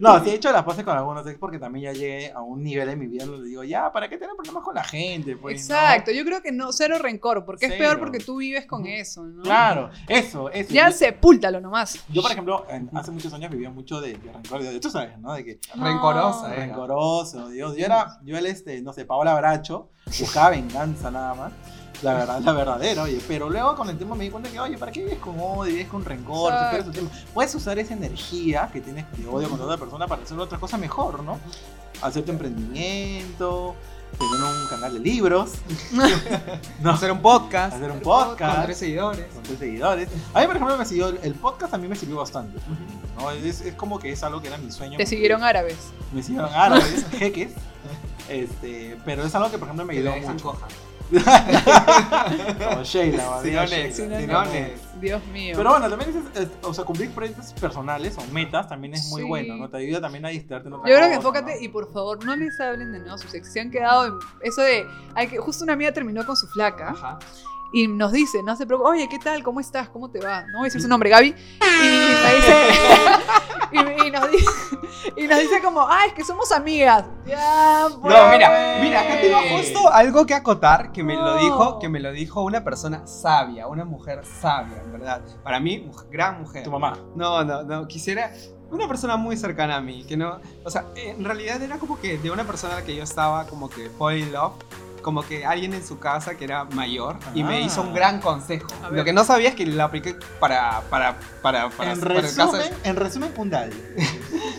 Speaker 5: No, sí he hecho las pases con algunos ex porque también ya llegué a un nivel en mi vida donde digo, ya, ¿para qué tener problemas con la gente? Pues, no?
Speaker 6: Exacto, yo creo que no, cero rencor, porque es peor
Speaker 5: Cero.
Speaker 6: porque tú vives con eso, ¿no?
Speaker 5: Claro, eso, eso.
Speaker 6: Ya
Speaker 5: Yo-
Speaker 6: sepúltalo nomás.
Speaker 5: Yo, por ejemplo, en- hace muchos años vivía mucho de, de rencor. De, tú sabes, ¿no? De que
Speaker 3: Rencorosa, eh.
Speaker 5: rencoroso, Dios. Yo era, yo el este, no sé, Paola Bracho, buscaba venganza nada más. La verdad, la verdadera, oye. Pero luego con el tiempo me di cuenta que, oye, ¿para qué vives con odio? Vives con rencor,
Speaker 6: Exacto.
Speaker 5: superas tu tiempo. Puedes usar esa energía que tienes de odio contra otra persona para hacer otra cosa mejor, ¿no? Hacer tu emprendimiento, tener un canal de libros, no,
Speaker 3: Hacer un podcast.
Speaker 5: hacer un
Speaker 3: Con
Speaker 5: podcast
Speaker 3: tres seguidores.
Speaker 5: con tres seguidores. A mí, por ejemplo, me siguió, el podcast a mí me sirvió bastante. ¿no? Es, es como que es algo que era mi sueño.
Speaker 6: Te siguieron árabes.
Speaker 5: Me siguieron árabes, jeques. Este, pero es algo que, por ejemplo, me
Speaker 3: Que
Speaker 5: ayudó
Speaker 3: la dejan
Speaker 5: mucho.
Speaker 3: coja.
Speaker 5: Como Sheila, madre,
Speaker 3: Sirones,
Speaker 5: Sheila.
Speaker 3: Sirones.
Speaker 6: Dios mío.
Speaker 5: Pero bueno, también es, es- o sea, cumplir proyectos personales o metas también es muy
Speaker 6: Sí.
Speaker 5: bueno, ¿no? Te ayuda también a distraerte en otra
Speaker 6: yo creo que
Speaker 5: cosa,
Speaker 6: enfócate
Speaker 5: ¿no?
Speaker 6: y por favor no les hablen de nuevo a sus ex. Se han quedado en eso de. Hay que, justo una amiga terminó con su flaca
Speaker 3: Ajá.
Speaker 6: y nos dice, no se preocupe, oye, ¿qué tal? ¿Cómo estás? ¿Cómo te va? No voy a decir su nombre, Gaby. Y
Speaker 3: Ah.
Speaker 6: me dice. y, y nos dice, y nos dice como, ah, es que somos amigas. Ya, pues.
Speaker 3: No, mira, mira, acá tengo justo algo que acotar que me lo
Speaker 6: No.
Speaker 3: dijo, que me lo dijo una persona sabia, una mujer sabia, en verdad. Para mí, muj- gran mujer.
Speaker 5: Tu mamá.
Speaker 3: No, no, no, quisiera una persona muy cercana a mí, que no, o sea, en realidad era como que de una persona a la que yo estaba como que fall in love, como que alguien en su casa que era mayor y me
Speaker 5: Ah.
Speaker 3: hizo un gran consejo.
Speaker 6: A ver.
Speaker 3: Lo que no sabía es que lo apliqué para para para para,
Speaker 5: en,
Speaker 3: para el caso de-
Speaker 5: resumen, en resumen, un dal.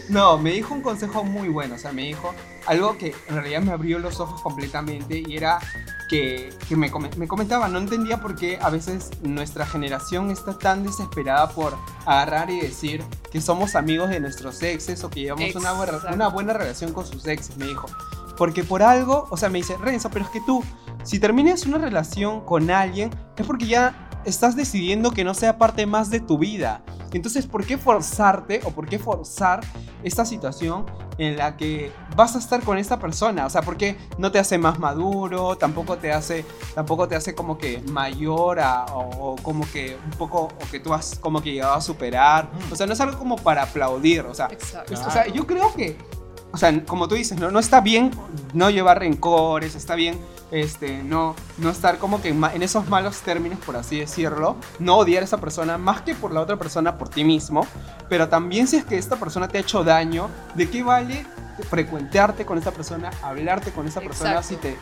Speaker 3: no, me dijo un consejo muy bueno, o sea, me dijo algo que en realidad me abrió los ojos completamente y era que, que me, come- me comentaba, no entendía por qué a veces nuestra generación está tan desesperada por agarrar y decir que somos amigos de nuestros exes o que llevamos una, buena-
Speaker 6: Exacto.
Speaker 3: una buena relación con sus exes, me dijo. Porque por algo, o sea, me dice, Renzo, pero es que tú, si terminas una relación con alguien, es porque ya estás decidiendo que no sea parte más de tu vida. Entonces, ¿por qué forzarte o por qué forzar esta situación en la que vas a estar con esta persona? O sea, porque no te hace más maduro, tampoco te hace, tampoco te hace como que mayor a- o, o como que un poco, o que tú has como que llegado a superar. O sea, no es algo como para aplaudir, o sea,
Speaker 6: Exacto.
Speaker 3: pues, O sea, yo creo que, o sea, como tú dices, no, no está bien no llevar rencores, está bien este, no, no estar como que en, ma- en esos malos términos, por así decirlo, no odiar a esa persona más que por la otra persona, por ti mismo, pero también si es que esta persona te ha hecho daño, ¿de qué vale? frecuentarte con esta persona, hablarte con esta persona
Speaker 6: Exacto.
Speaker 3: si te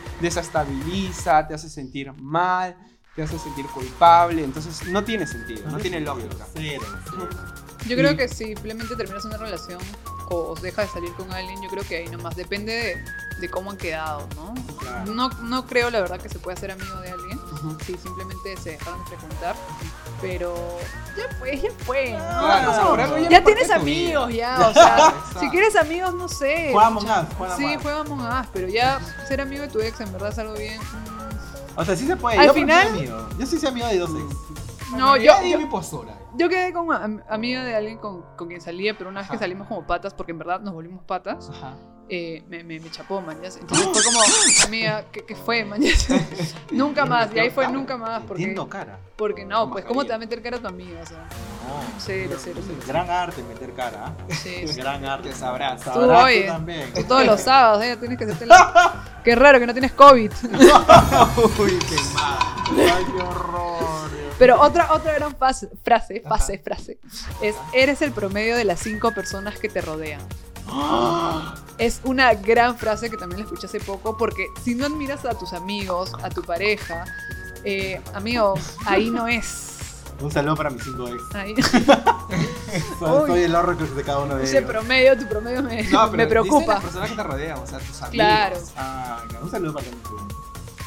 Speaker 3: desestabiliza, te hace sentir mal, te hace sentir culpable, entonces no tiene sentido, no, tiene lógica.
Speaker 5: Cero.
Speaker 6: Yo creo
Speaker 3: Y-
Speaker 6: que si simplemente terminas una relación o os deja de salir con alguien, yo creo que ahí nomás depende de, de cómo han quedado, ¿no?
Speaker 3: Claro.
Speaker 6: ¿no? No creo la verdad que se pueda ser amigo de alguien
Speaker 3: Ujú.
Speaker 6: si simplemente se dejaron de frecuentar, pero ya fue, ya fue. ¿no?
Speaker 3: Claro, o sea, por algo
Speaker 6: ya
Speaker 3: no parte
Speaker 6: tienes
Speaker 3: de tu vida.
Speaker 6: amigos, ya, o sea,
Speaker 3: Exacto.
Speaker 6: si quieres amigos, no sé.
Speaker 5: Juega Among
Speaker 6: pucha.
Speaker 5: Us, juega
Speaker 6: Sí,
Speaker 5: Among Us.
Speaker 6: juega Among Us, pero ya ser amigo de tu ex en verdad es algo bien... mm.
Speaker 5: O sea, sí se puede.
Speaker 6: Al
Speaker 5: yo prefiero
Speaker 6: final-
Speaker 5: amigo. Yo sí soy amigo de dos ex.
Speaker 6: No,
Speaker 3: yo
Speaker 6: yo,
Speaker 3: di
Speaker 6: yo-
Speaker 3: mi postura.
Speaker 6: Yo quedé con am- amiga de alguien con, con quien salía, pero una vez que
Speaker 3: Ajá.
Speaker 6: salimos como patas, porque en verdad nos volvimos patas,
Speaker 3: Ajá.
Speaker 6: eh, me, me, me chapó, mañas. Entonces fue como, amiga, ¿qué, qué fue, mañas? nunca más, y ahí fue nunca más, porque,
Speaker 5: Entiendo cara.
Speaker 6: porque no,
Speaker 3: Como
Speaker 6: pues, ¿cómo te
Speaker 3: quería.
Speaker 6: va a meter cara a tu amiga? O sea,
Speaker 5: No.
Speaker 6: cero, cero, cero.
Speaker 5: Gran arte meter cara. ¿ah?
Speaker 6: Sí, sí.
Speaker 5: Gran arte.
Speaker 3: Que sabrás.
Speaker 5: Sabrás tú
Speaker 6: oye.
Speaker 5: también.
Speaker 6: Tú todos los sábados, ¿eh? Tienes que hacerte la... Qué raro que no tienes COVID.
Speaker 3: Uy, qué mal.
Speaker 5: Ay, qué horror.
Speaker 6: Pero otra, otra gran fase, frase, fase, frase, es eres el promedio de las cinco personas que te rodean.
Speaker 5: ¡Ah!
Speaker 6: Es una gran frase que también la escuché hace poco, porque si no admiras a tus amigos, a tu pareja, eh, amigo, ahí no es.
Speaker 5: Un saludo para mis cinco ex.
Speaker 6: Ahí,
Speaker 5: Soy,
Speaker 6: Uy.
Speaker 5: soy el horror de cada uno de
Speaker 6: ese
Speaker 5: ellos.
Speaker 6: promedio, tu promedio me,
Speaker 3: No, pero
Speaker 6: me preocupa.
Speaker 3: Las personas que te rodean, o sea, tus amigos.
Speaker 6: Claro.
Speaker 5: Ah, un saludo para mis cinco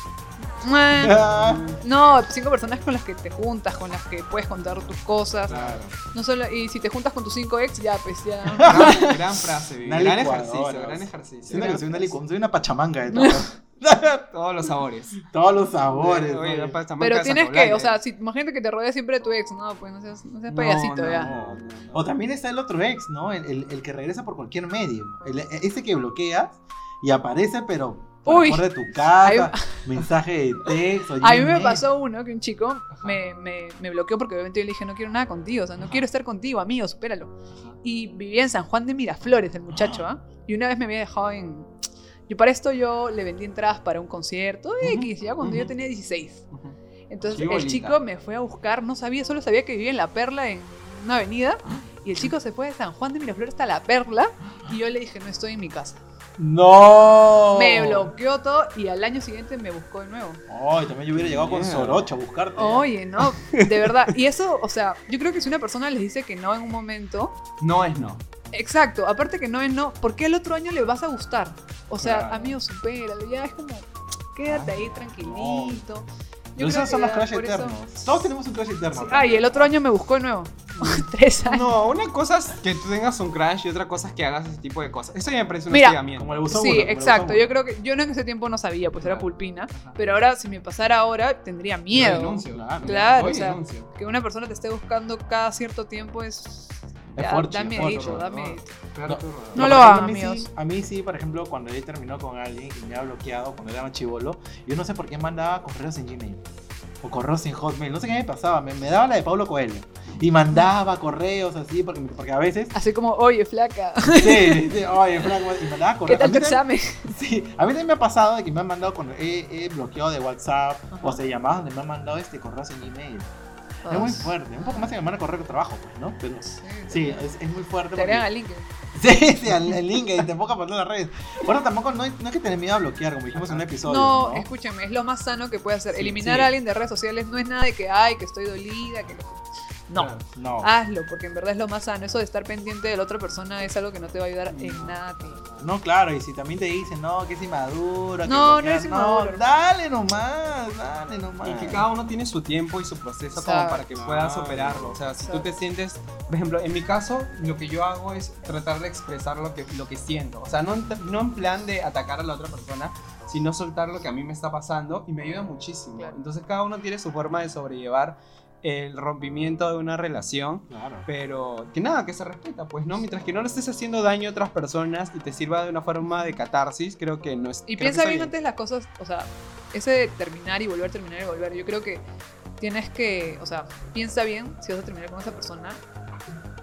Speaker 6: Mua.
Speaker 5: Ah,
Speaker 6: No, cinco personas con las que te juntas, con las que puedes contar tus cosas.
Speaker 5: Claro.
Speaker 6: No solo, y si te juntas con tus cinco ex, ya, pues ya.
Speaker 3: Gran, gran frase, Vivi.
Speaker 5: Una
Speaker 3: gran
Speaker 5: licuadora,
Speaker 3: ejercicio,
Speaker 5: o
Speaker 3: gran
Speaker 5: sea.
Speaker 3: ejercicio.
Speaker 5: Siento que soy una,
Speaker 3: Gran
Speaker 5: licu- soy una pachamanga de todos,
Speaker 3: frase. Todos los sabores.
Speaker 5: todos los sabores.
Speaker 3: Oye,
Speaker 5: oye.
Speaker 3: la pasta manca
Speaker 6: Pero
Speaker 3: de
Speaker 6: tienes que,
Speaker 3: Zapotlán,
Speaker 6: o sea,
Speaker 3: ¿eh?
Speaker 6: si, imagínate que te rodea siempre de tu ex, no, pues no seas, no seas
Speaker 3: No,
Speaker 6: payasito
Speaker 3: no,
Speaker 6: ya.
Speaker 3: no, no.
Speaker 5: O también está el otro ex, ¿no? El, el- el que regresa por cualquier medio. El- ese que bloqueas y aparece, pero por
Speaker 6: Uy.
Speaker 5: afuera de tu casa, mensaje de texto.
Speaker 6: A mí me
Speaker 5: Gmail.
Speaker 6: pasó uno que un chico me, me, me bloqueó porque obviamente yo le dije, no quiero nada contigo, o sea, no quiero estar contigo, amigo, supéralo. Y vivía en San Juan de Miraflores el muchacho, ¿ah? Y una vez me había dejado en... Yo para esto yo le vendí entradas para un concierto X, ya cuando yo
Speaker 3: ujú.
Speaker 6: tenía 16.
Speaker 3: Ujú.
Speaker 6: Entonces
Speaker 3: Qué
Speaker 6: el
Speaker 3: bonita.
Speaker 6: chico me fue a buscar, no sabía, solo sabía que vivía en La Perla, en una avenida, y el chico se fue de San Juan de Miraflores hasta La Perla, y yo le dije, no estoy en mi casa.
Speaker 5: ¡No!
Speaker 6: Me bloqueó todo y al año siguiente me buscó de nuevo.
Speaker 5: Ay, también yo hubiera llegado con
Speaker 3: Yeah.
Speaker 5: Sorocho a buscarte.
Speaker 6: Oye, no, de verdad. Y eso, o sea, yo creo que si una persona les dice que no en un momento,
Speaker 3: No es no.
Speaker 6: exacto, aparte que no es no, ¿por qué el otro año le vas a gustar? O sea,
Speaker 5: Claro.
Speaker 6: amigo, supéralo, ya es como, quédate ahí tranquilito.
Speaker 5: Yo
Speaker 6: creo
Speaker 5: Esas son
Speaker 6: que
Speaker 5: los
Speaker 6: ya
Speaker 5: crash
Speaker 6: por eso-
Speaker 5: eternos. Todos tenemos Mm. un crash eterno.
Speaker 6: Sí, Ah, y el otro año me buscó de nuevo. Tres años.
Speaker 3: No, una cosa es que tú tengas un crash y otra cosa es que hagas ese tipo de cosas. Eso ya me parece un
Speaker 6: Mira.
Speaker 3: hostigamiento.
Speaker 5: Como el buzón
Speaker 6: sí,
Speaker 5: uno, como el
Speaker 6: exacto.
Speaker 5: buzón
Speaker 6: Yo creo que yo no en ese tiempo no sabía, pues era
Speaker 3: Claro.
Speaker 6: pulpina.
Speaker 3: Ajá.
Speaker 6: Pero ahora, si me pasara ahora, tendría
Speaker 3: Yo
Speaker 6: miedo.
Speaker 3: denuncio,
Speaker 6: Claro,
Speaker 3: Hoy
Speaker 6: o sea,
Speaker 3: denuncio.
Speaker 6: que una persona te esté buscando cada cierto tiempo es.
Speaker 5: Es
Speaker 6: Ya,
Speaker 5: fuerte,
Speaker 6: da
Speaker 5: es
Speaker 6: miedito,
Speaker 5: fuerte, Ah.
Speaker 6: da
Speaker 3: ¿no?
Speaker 6: miedito.
Speaker 3: Claro, tú,
Speaker 6: No
Speaker 5: por
Speaker 6: lo
Speaker 5: ejemplo,
Speaker 6: hagan,
Speaker 5: a mí sí-
Speaker 6: amigos.
Speaker 5: a mí sí, por ejemplo, cuando yo terminó con alguien y me ha bloqueado cuando era chivolo, yo no sé por qué mandaba correos en Gmail o correos en Hotmail, no sé qué me pasaba, me, me daba la de Pablo Coelho y mandaba correos así porque, porque a veces
Speaker 6: Así como, oye, flaca,
Speaker 5: sí, sí, oye, flaco, y mandaba
Speaker 6: ¿qué
Speaker 5: correos.
Speaker 6: tal tu
Speaker 5: a, mí también,
Speaker 6: examen?
Speaker 5: sí, a mí también me ha pasado de que me han mandado con he, he bloqueado de WhatsApp o sea, llamadas donde me han mandado este correos en Gmail. Es muy fuerte, un poco más se me manda correo que trabajo, pues, ¿no? Pero sí, es, es muy fuerte. porque-
Speaker 6: Te agregan al link.
Speaker 5: Sí, sí, al, al link y tampoco a poner las redes. Ahora tampoco no, hay- no es que tener miedo a bloquear, como dijimos en un episodio. No,
Speaker 6: No, escúchame, es lo más sano que puede hacer.
Speaker 5: Sí,
Speaker 6: Eliminar
Speaker 5: sí.
Speaker 6: a alguien de redes sociales no es nada de que, ay, que estoy dolida, que no. No, Ah.
Speaker 5: no.
Speaker 6: hazlo, porque en verdad es lo más sano. Eso de estar pendiente de la otra persona es algo que no te va a ayudar en nada.
Speaker 5: No, claro, y si también te dicen, no, que es inmaduro. que
Speaker 6: No, no
Speaker 5: bloquear,
Speaker 6: eres inmaduro.
Speaker 5: dale nomás, dale nomás.
Speaker 3: Y que cada uno tiene su tiempo y su proceso como
Speaker 6: Exacto.
Speaker 3: para que puedas superarlo. O sea, si tú te sientes, por ejemplo, en mi caso, lo que yo hago es tratar de expresar lo que, lo que siento. O sea, no, en t- no en plan de atacar a la otra persona, sino soltar lo que a mí me está pasando y me ayuda muchísimo.
Speaker 6: Claro.
Speaker 3: Entonces cada uno tiene su forma de sobrellevar el rompimiento de una relación
Speaker 1: Claro.
Speaker 3: pero que nada, que se respeta, pues, ¿no? Mientras que no le estés haciendo daño a otras personas y te sirva de una forma de catarsis, creo que no es. creo
Speaker 6: Y
Speaker 3: que
Speaker 6: piensa
Speaker 3: está
Speaker 6: bien antes las cosas, o sea, ese de terminar y volver, terminar y volver. Yo creo que tienes que, o sea, piensa bien si vas a terminar con esa persona,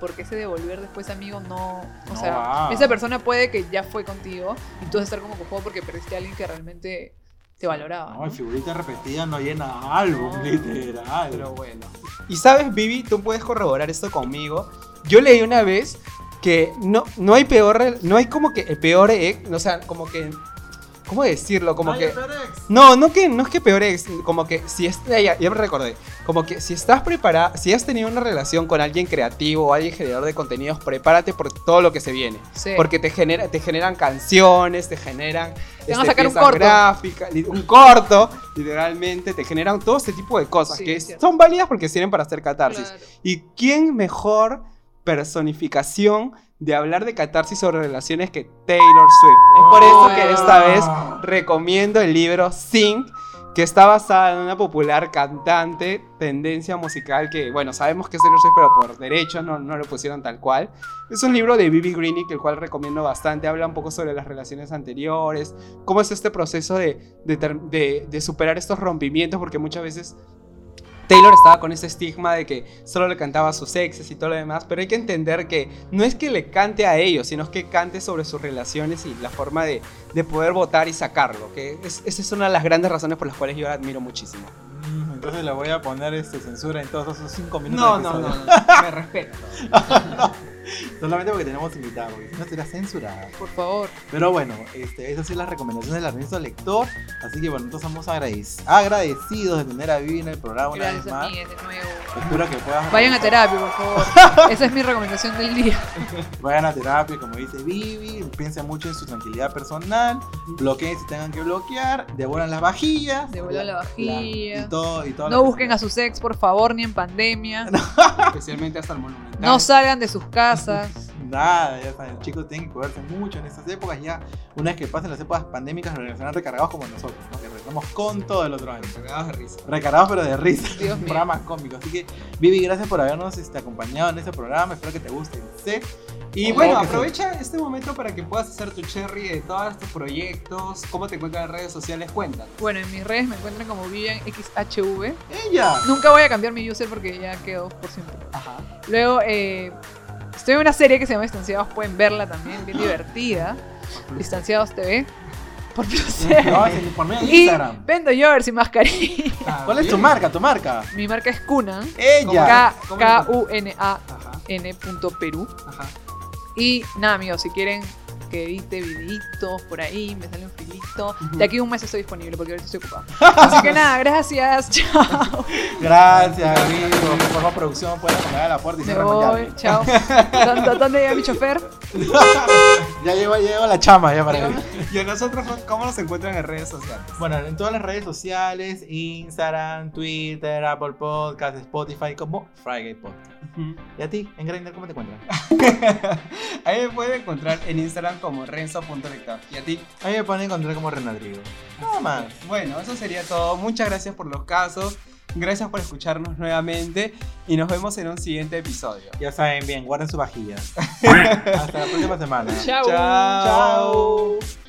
Speaker 6: porque ese de volver después, amigo, no. O
Speaker 1: No
Speaker 6: sea,
Speaker 1: va.
Speaker 6: esa persona puede que ya fue contigo y tú vas a estar como cojudo porque perdiste a alguien que realmente te valoraba.
Speaker 1: No,
Speaker 6: ¿no?
Speaker 1: y figurita repetida no llena álbum,
Speaker 6: No.
Speaker 1: literal.
Speaker 3: Pero bueno. Y sabes, Vivi, tú puedes corroborar esto conmigo. Yo leí una vez que no, no hay peor, re- no hay como que el peor ex, o sea, como que, ¿cómo decirlo? Como que... No, no que no es que peor es, como que si es, ya, ya- ya me recordé, como que si estás preparada, si has tenido una relación con alguien creativo o alguien generador de contenidos, prepárate por todo lo que se viene.
Speaker 6: Sí.
Speaker 3: Porque te, genera, te generan canciones, te generan este,
Speaker 6: van a sacar un
Speaker 3: piezas
Speaker 6: corto.
Speaker 3: gráficas, li- un corto, literalmente, te generan todo este tipo de cosas
Speaker 6: Sí,
Speaker 3: que
Speaker 6: es cierto.
Speaker 3: son válidas porque sirven para hacer catarsis.
Speaker 6: Claro.
Speaker 3: ¿Y quién mejor personificación de hablar de catarsis sobre relaciones que Taylor Swift? Es por eso
Speaker 5: Ah.
Speaker 6: Oh.
Speaker 3: que esta vez recomiendo el libro Sync, que está basada en una popular cantante, tendencia musical que, bueno, sabemos que es Taylor Swift, pero por derechos no, no lo pusieron tal cual. Es un libro de Bibi Greenick, el cual recomiendo bastante. Habla un poco sobre las relaciones anteriores, cómo es este proceso de, de ter- de- de superar estos rompimientos, porque muchas veces. Taylor estaba con ese estigma de que solo le cantaba a sus exes y todo lo demás, pero hay que entender que no es que le cante a ellos, sino es que cante sobre sus relaciones y la forma de, de poder votar y sacarlo, que es- esa es una de las grandes razones por las cuales yo la admiro muchísimo.
Speaker 5: Mm, Entonces le voy a poner este censura en todos esos 5 minutos.
Speaker 3: No,
Speaker 5: de
Speaker 3: no, no,
Speaker 5: episodio.
Speaker 3: no, me respeto.
Speaker 5: Solamente porque tenemos invitado, porque si no será censurada.
Speaker 6: Por favor.
Speaker 5: Pero bueno, este, esas son las recomendaciones del Ernesto Lector. Así que bueno, nosotros estamos agradec- agradecidos de tener a Vivi en el programa una
Speaker 6: Gracias,
Speaker 5: vez más.
Speaker 6: amigues, de nuevo.
Speaker 5: Espero que puedas.
Speaker 6: Vayan a terapia, por favor. Esa es mi recomendación del día.
Speaker 5: Vayan a terapia, como dice Vivi. Piensen mucho en su tranquilidad personal. Bloqueen si tengan que bloquear. Devuelvan las vajillas.
Speaker 6: Devuelvan la vajilla.
Speaker 5: y todo, y todo lo
Speaker 6: No
Speaker 5: que
Speaker 6: busquen
Speaker 5: sea.
Speaker 6: a sus ex, por favor, ni en pandemia.
Speaker 3: Especialmente hasta el monumental.
Speaker 6: No salgan de sus casas.
Speaker 5: Nada, ya saben, chicos, tienen que cuidarse mucho en estas épocas. Ya, una vez que pasen las épocas pandémicas, regresarán recargados como nosotros, ¿no? que regresamos con todo el otro año.
Speaker 3: Cagados de risa.
Speaker 5: Recargados, pero de risa.
Speaker 6: Dios
Speaker 5: un
Speaker 6: mío.
Speaker 5: programa cómico. Así que, Vivi, gracias por habernos este, acompañado en este programa. Espero que te guste el set.
Speaker 3: Y
Speaker 5: Ojo,
Speaker 3: bueno,
Speaker 5: que sí.
Speaker 3: aprovecha este momento para que puedas hacer tu cherry de todos tus proyectos, cómo te encuentran en redes sociales, cuéntanos.
Speaker 6: Bueno, en mis redes me encuentran como Vivian XHV.
Speaker 5: ¡Ella!
Speaker 6: Nunca voy a cambiar mi user porque ya quedó por siempre. Luego, eh, estoy en una serie que se llama Distanciados. Pueden verla también, bien divertida. Distanciados TV. Por placer.
Speaker 5: No, es el- por medio de
Speaker 6: Y
Speaker 5: Instagram.
Speaker 6: vendo yorks y mascarilla.
Speaker 5: ¿Cuál es tu marca? ¿Tu marca?
Speaker 6: Mi marca es Kuna.
Speaker 5: ¡Ella!
Speaker 6: K-
Speaker 3: ¿Cómo la-
Speaker 6: K-U-N-A-N.
Speaker 3: Ajá,
Speaker 6: punto Perú.
Speaker 3: ajá.
Speaker 6: Y nada, amigos, si quieren que edite videitos por ahí, me sale un filito.
Speaker 3: Ujú.
Speaker 6: De aquí a un mes estoy disponible porque ahorita estoy ocupada. Así que nada, gracias. Chao.
Speaker 5: Gracias, Vivi. Por favor, producción, pueden acomodar la puerta y
Speaker 6: Me
Speaker 5: cerrar con
Speaker 6: voy.
Speaker 5: llave.
Speaker 6: Chao. ¿Dó- ¿Dónde llega mi chofer?
Speaker 5: Ya llegó, ya llegó la chama ya para
Speaker 6: Llegó.
Speaker 5: mí.
Speaker 3: Y a nosotros, ¿cómo nos encuentran en redes sociales?
Speaker 5: Bueno, en todas las redes sociales, Instagram, Twitter, Apple Podcast, Spotify, como Friday Podcast. ¿Y a ti? En Grindr, ¿cómo te encuentras?
Speaker 3: Ahí me pueden encontrar en Instagram como renzo.lector. Y a ti,
Speaker 5: A mí me pueden encontrar como Renadrigo. Nada más.
Speaker 3: Bueno, eso sería todo. Muchas gracias por los casos. Gracias por escucharnos nuevamente y nos vemos en un siguiente episodio.
Speaker 5: Ya saben bien, guarden sus vajillas. Hasta la próxima semana.
Speaker 6: Chao.
Speaker 3: Chao.
Speaker 5: Chao.